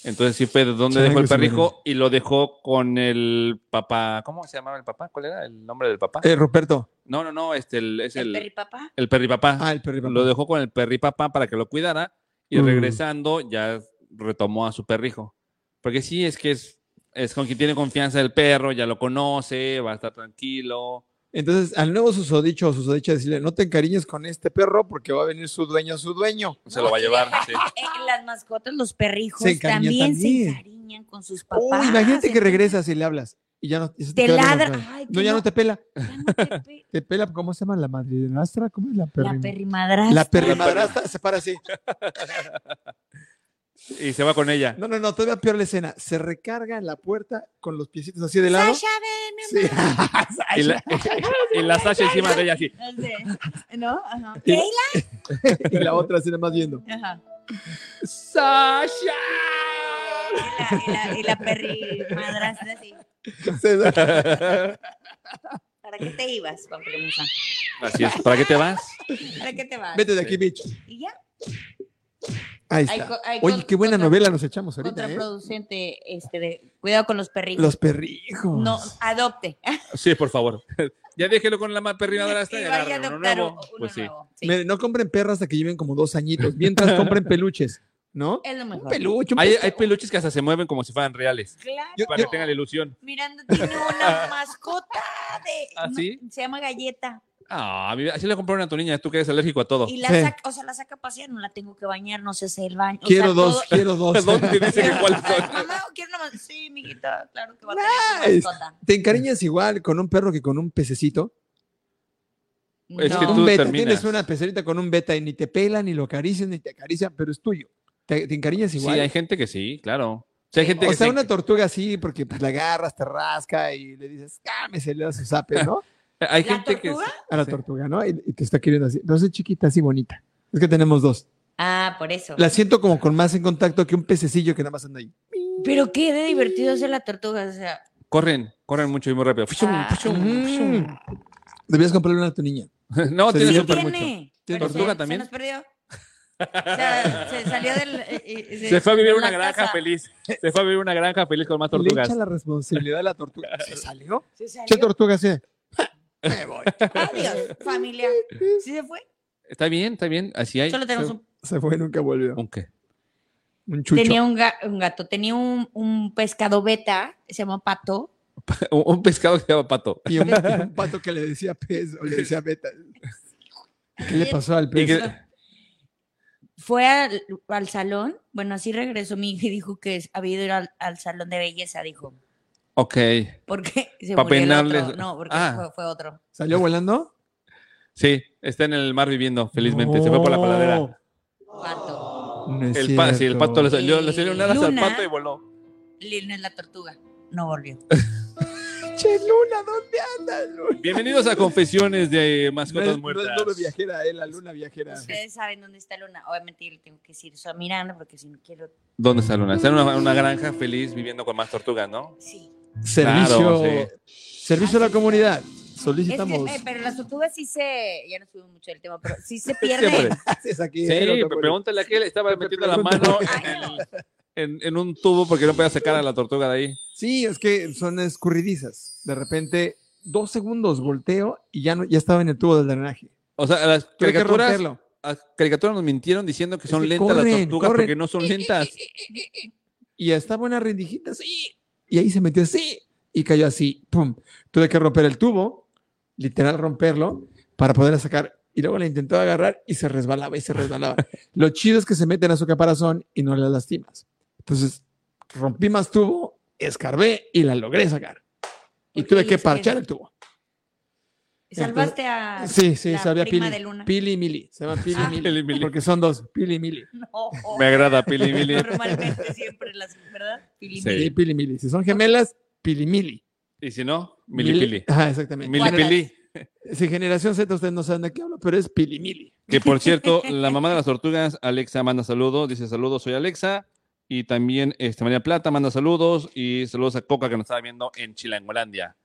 [SPEAKER 1] Entonces sí fue de donde
[SPEAKER 2] Chale,
[SPEAKER 1] dejó el
[SPEAKER 2] su madre.
[SPEAKER 1] perrijo y lo dejó con el papá, ¿cómo se llamaba el papá? ¿Cuál era el nombre del papá?
[SPEAKER 2] Eh, Ruperto.
[SPEAKER 1] No, no, no, este el- es
[SPEAKER 3] El
[SPEAKER 1] el,
[SPEAKER 3] perripapá.
[SPEAKER 1] el perripapá.
[SPEAKER 2] Ah, el perri papá.
[SPEAKER 1] Lo dejó con el perripapá para que lo cuidara y
[SPEAKER 2] Mm.
[SPEAKER 1] regresando ya retomó a su perrijo. Porque sí, es que es, es con quien tiene confianza el perro, ya lo conoce, va a estar tranquilo.
[SPEAKER 2] Entonces, al nuevo susodicho o susodicha decirle, no te encariñes con este perro porque va a venir su dueño, su dueño.
[SPEAKER 1] Se lo va a llevar. sí.
[SPEAKER 3] Eh, las mascotas, los perrijos
[SPEAKER 2] Se encariñan
[SPEAKER 3] también, se
[SPEAKER 2] también.
[SPEAKER 3] encariñan con sus papás.
[SPEAKER 2] Uy, imagínate que
[SPEAKER 3] entonces,
[SPEAKER 2] regresas y le hablas y ya no y se
[SPEAKER 3] Te
[SPEAKER 2] queda viendo
[SPEAKER 3] ladra.
[SPEAKER 2] raro.
[SPEAKER 3] Ay,
[SPEAKER 2] No,
[SPEAKER 3] que
[SPEAKER 2] ya
[SPEAKER 3] no.
[SPEAKER 2] no te pela.
[SPEAKER 3] Ya no te pe-
[SPEAKER 2] Te pela, ¿cómo se llama? La madrinastra, ¿cómo es la perri?
[SPEAKER 3] La perrimadrastra.
[SPEAKER 2] La perrimadrastra se para así.
[SPEAKER 1] Y se va con ella.
[SPEAKER 2] No, no, no, todavía peor la escena. Se recarga en la puerta con los piecitos así de lado.
[SPEAKER 3] Sasha, ven, mi
[SPEAKER 2] Sí.
[SPEAKER 1] Y la, y la Sasha encima de ella así.
[SPEAKER 3] amor. ¿No? Ajá.
[SPEAKER 2] Y-
[SPEAKER 3] Keila.
[SPEAKER 2] y la otra así nada más viendo.
[SPEAKER 3] Ajá.
[SPEAKER 2] ¡Sasha!
[SPEAKER 3] Y la, y la, y la perrimadrastra, así. ¿Para qué te ibas, Juan Premusa?
[SPEAKER 1] Así es. ¿Para qué te vas?
[SPEAKER 3] ¿Para qué te vas?
[SPEAKER 2] Vete de aquí, bitch.
[SPEAKER 3] Y ya.
[SPEAKER 2] Ahí
[SPEAKER 3] Ay,
[SPEAKER 2] está.
[SPEAKER 3] co- ay,
[SPEAKER 2] Oye,
[SPEAKER 3] con-
[SPEAKER 2] qué buena
[SPEAKER 3] contra-
[SPEAKER 2] novela nos echamos ahorita, ¿eh?
[SPEAKER 3] Contraproducente, este, de cuidado con los perrijos.
[SPEAKER 2] Los perrijos.
[SPEAKER 3] No, adopte.
[SPEAKER 1] Sí, por favor. Ya déjelo con la más perrimadrastra y
[SPEAKER 3] Y vaya a
[SPEAKER 1] agarren uno
[SPEAKER 3] adoptar
[SPEAKER 1] nuevo.
[SPEAKER 3] un- uno
[SPEAKER 1] Pues sí.
[SPEAKER 3] nuevo, sí.
[SPEAKER 2] Miren, no compren perras hasta que lleven como dos añitos. Mientras compren peluches, ¿no?
[SPEAKER 3] Es lo
[SPEAKER 2] Un
[SPEAKER 3] mejor.
[SPEAKER 2] peluche, un
[SPEAKER 1] Hay,
[SPEAKER 2] peluche.
[SPEAKER 1] hay peluches que hasta se mueven como si fueran reales.
[SPEAKER 3] Claro.
[SPEAKER 2] Yo-
[SPEAKER 1] Para que tengan la ilusión.
[SPEAKER 3] Miranda tiene una mascota de.
[SPEAKER 1] ¿Ah,
[SPEAKER 3] no,
[SPEAKER 1] sí?
[SPEAKER 3] se llama Galleta.
[SPEAKER 1] Ah, mira, así le compraron a tu niña, tú que eres alérgico a todo.
[SPEAKER 3] Y la
[SPEAKER 2] Sí.
[SPEAKER 3] saca, o sea, la saca a pasear, no la tengo que bañar, no se hace el baño. o sea,
[SPEAKER 2] Quiero dos,
[SPEAKER 3] todo-
[SPEAKER 2] quiero dos.
[SPEAKER 1] ¿Dónde dice que cuáles son?
[SPEAKER 3] Mamá, quiero una mas- Sí, mijita, claro que va a tener
[SPEAKER 2] Nice.
[SPEAKER 3] su mascota.
[SPEAKER 2] ¿Te encariñas igual con un perro que con un pececito?
[SPEAKER 1] Es que
[SPEAKER 3] No.
[SPEAKER 1] tú-
[SPEAKER 2] un beta,
[SPEAKER 1] terminas.
[SPEAKER 2] tienes una pecerita con un beta y ni te pelan, ni lo acarician, ni te acarician, pero es tuyo. ¿Te, te encariñas
[SPEAKER 1] Sí,
[SPEAKER 2] igual?
[SPEAKER 1] hay gente que sí, claro. O sea, hay gente
[SPEAKER 2] o
[SPEAKER 1] que
[SPEAKER 2] sea,
[SPEAKER 1] se-
[SPEAKER 2] una tortuga así, porque pues, la agarras, te rasca y le dices, cámese, le das su zape, ¿no?
[SPEAKER 1] hay
[SPEAKER 3] ¿La
[SPEAKER 1] gente que
[SPEAKER 3] tortuga?
[SPEAKER 1] se-
[SPEAKER 2] A la
[SPEAKER 1] Sí.
[SPEAKER 2] tortuga, ¿no? Y, y te está queriendo así. Entonces, chiquita, así bonita. Es que tenemos dos.
[SPEAKER 3] Ah, por eso.
[SPEAKER 2] La siento como con más en contacto que un pececillo que nada más anda ahí.
[SPEAKER 3] Pero qué de divertido hacer la tortuga, o sea.
[SPEAKER 1] corren, corren mucho y muy rápido. Fushum,
[SPEAKER 3] Ah.
[SPEAKER 1] fushum,
[SPEAKER 2] Mm.
[SPEAKER 1] fushum.
[SPEAKER 2] Deberías comprarle una a tu niña.
[SPEAKER 1] No,
[SPEAKER 2] Se
[SPEAKER 1] tiene
[SPEAKER 2] divierte
[SPEAKER 1] súper
[SPEAKER 2] mucho.
[SPEAKER 1] mucho.
[SPEAKER 3] Tiene.
[SPEAKER 2] Tiene
[SPEAKER 3] pero se-
[SPEAKER 1] tortuga
[SPEAKER 3] se
[SPEAKER 1] también.
[SPEAKER 3] nos perdió. O sea, se salió del. eh, eh,
[SPEAKER 1] Se fue a vivir
[SPEAKER 3] de
[SPEAKER 1] a una
[SPEAKER 3] la
[SPEAKER 1] granja
[SPEAKER 3] casa.
[SPEAKER 1] feliz. Se fue a vivir a una granja feliz con más
[SPEAKER 2] Le echa
[SPEAKER 1] tortugas.
[SPEAKER 2] la responsabilidad a la tortuga. ¿Se salió?
[SPEAKER 3] Se salió.
[SPEAKER 2] Che, tortuga, así. Me voy.
[SPEAKER 3] Adiós, familia. ¿Sí se fue?
[SPEAKER 1] Está bien, está bien. Así hay.
[SPEAKER 3] Solo tenemos
[SPEAKER 2] se-
[SPEAKER 3] un.
[SPEAKER 2] Se fue y nunca volvió.
[SPEAKER 1] ¿Un qué?
[SPEAKER 2] Un chucho.
[SPEAKER 3] Tenía un, ga- un gato, tenía un, un pescado beta, se llama Pato.
[SPEAKER 1] Un, un pescado que se llama pato.
[SPEAKER 2] Y un, un pato que le decía pez o le decía beta. ¿Qué le pasó al
[SPEAKER 1] Y
[SPEAKER 2] pez?
[SPEAKER 1] que-
[SPEAKER 3] Fue al, al salón, bueno, así regresó mi hija y dijo que había ido al, al salón de belleza, dijo.
[SPEAKER 1] ok.
[SPEAKER 3] Porque se
[SPEAKER 1] Pa'
[SPEAKER 3] murió el
[SPEAKER 1] peinarles.
[SPEAKER 3] otro. No, porque
[SPEAKER 1] Ah.
[SPEAKER 3] fue, fue otro.
[SPEAKER 2] ¿Salió volando?
[SPEAKER 1] Sí, está en el mar viviendo, felizmente. Se fue por la
[SPEAKER 2] No,
[SPEAKER 1] paladera.
[SPEAKER 3] Pato.
[SPEAKER 2] no es
[SPEAKER 1] El, pa- sí, el pato le
[SPEAKER 2] cierto.
[SPEAKER 1] salió, le salió un alas al
[SPEAKER 3] Luna.
[SPEAKER 1] pato y voló.
[SPEAKER 3] Lil no es la tortuga. No volvió.
[SPEAKER 2] Che, Luna, ¿dónde andas, Luna?
[SPEAKER 1] Bienvenidos a Confesiones de
[SPEAKER 2] No
[SPEAKER 1] Mascotas
[SPEAKER 2] es, no
[SPEAKER 1] Muertas.
[SPEAKER 2] es nube viajera, es la luna viajera.
[SPEAKER 3] Ustedes saben dónde está Luna. Obviamente yo le tengo que decir eso a Miranda porque si no quiero.
[SPEAKER 1] ¿Dónde está Luna? Está en una, una granja feliz viviendo con más tortugas, ¿no?
[SPEAKER 3] Sí.
[SPEAKER 2] Servicio,
[SPEAKER 1] Claro,
[SPEAKER 2] servicio a la comunidad.
[SPEAKER 3] Es que,
[SPEAKER 2] Solicitamos.
[SPEAKER 3] eh, pero las tortugas sí se. Ya no subimos mucho el tema, pero sí se
[SPEAKER 1] Siempre.
[SPEAKER 3] pierden.
[SPEAKER 2] Haces aquí?
[SPEAKER 1] Sí,
[SPEAKER 2] eh, Pero no
[SPEAKER 1] pe-
[SPEAKER 2] te
[SPEAKER 1] pregúntale a que le estaba
[SPEAKER 2] Siempre
[SPEAKER 1] metiendo la mano
[SPEAKER 2] pregunto.
[SPEAKER 1] en, el- en- en un tubo porque no podía sacar a la tortuga de ahí.
[SPEAKER 2] Sí, es que son escurridizas. De repente, dos segundos volteo y ya, no, ya estaba en el tubo del drenaje.
[SPEAKER 1] O sea, a las
[SPEAKER 2] Tuve que
[SPEAKER 1] caricaturas,
[SPEAKER 2] romperlo.
[SPEAKER 1] las caricaturas nos mintieron diciendo que
[SPEAKER 2] Es
[SPEAKER 1] son
[SPEAKER 2] que
[SPEAKER 1] lentas las
[SPEAKER 2] corren,
[SPEAKER 1] tortugas
[SPEAKER 2] corren.
[SPEAKER 1] porque no son lentas.
[SPEAKER 2] Y estaba una rendijita así. Y ahí se metió así. Y cayó así. Pum. Tuve que romper el tubo, literal romperlo, para poder sacar. y luego la intentaba agarrar y se resbalaba y se resbalaba. Lo chido es que se meten a su caparazón y no la lastimas. Entonces, rompí más tubo, escarbé y la logré sacar. Y
[SPEAKER 3] Ok,
[SPEAKER 2] tuve
[SPEAKER 3] ¿y
[SPEAKER 2] que
[SPEAKER 3] eso qué
[SPEAKER 2] parchar
[SPEAKER 3] es?
[SPEAKER 2] el tubo.
[SPEAKER 3] Salvaste a.
[SPEAKER 2] Sí, sí,
[SPEAKER 3] la
[SPEAKER 2] sabía
[SPEAKER 3] prima
[SPEAKER 2] Pili.
[SPEAKER 3] de Luna.
[SPEAKER 2] Pili y Mili. Se llama Pili
[SPEAKER 3] Ah.
[SPEAKER 2] y
[SPEAKER 1] Pili y
[SPEAKER 2] Mili.
[SPEAKER 1] Mili.
[SPEAKER 2] Porque son dos, Pili y Mili.
[SPEAKER 3] No.
[SPEAKER 1] Me agrada, Pili Mili.
[SPEAKER 3] Normalmente siempre las, ¿verdad? Pili,
[SPEAKER 1] Sí.
[SPEAKER 2] Sí,
[SPEAKER 3] Mili.
[SPEAKER 2] Pili y Mili. Si son gemelas, Pili y Mili.
[SPEAKER 1] Y si no,
[SPEAKER 2] Mili-
[SPEAKER 1] milipili.
[SPEAKER 2] Ajá, exactamente.
[SPEAKER 1] Milipili.
[SPEAKER 2] Si generación Z ustedes no saben de qué hablo, pero es Pili y Mili.
[SPEAKER 1] Que por cierto, la mamá de las tortugas, Alexa, manda saludos. Dice saludos, soy Alexa. Y también este, María Plata manda saludos. Y saludos a Coca que nos estaba viendo en Chilangolandia.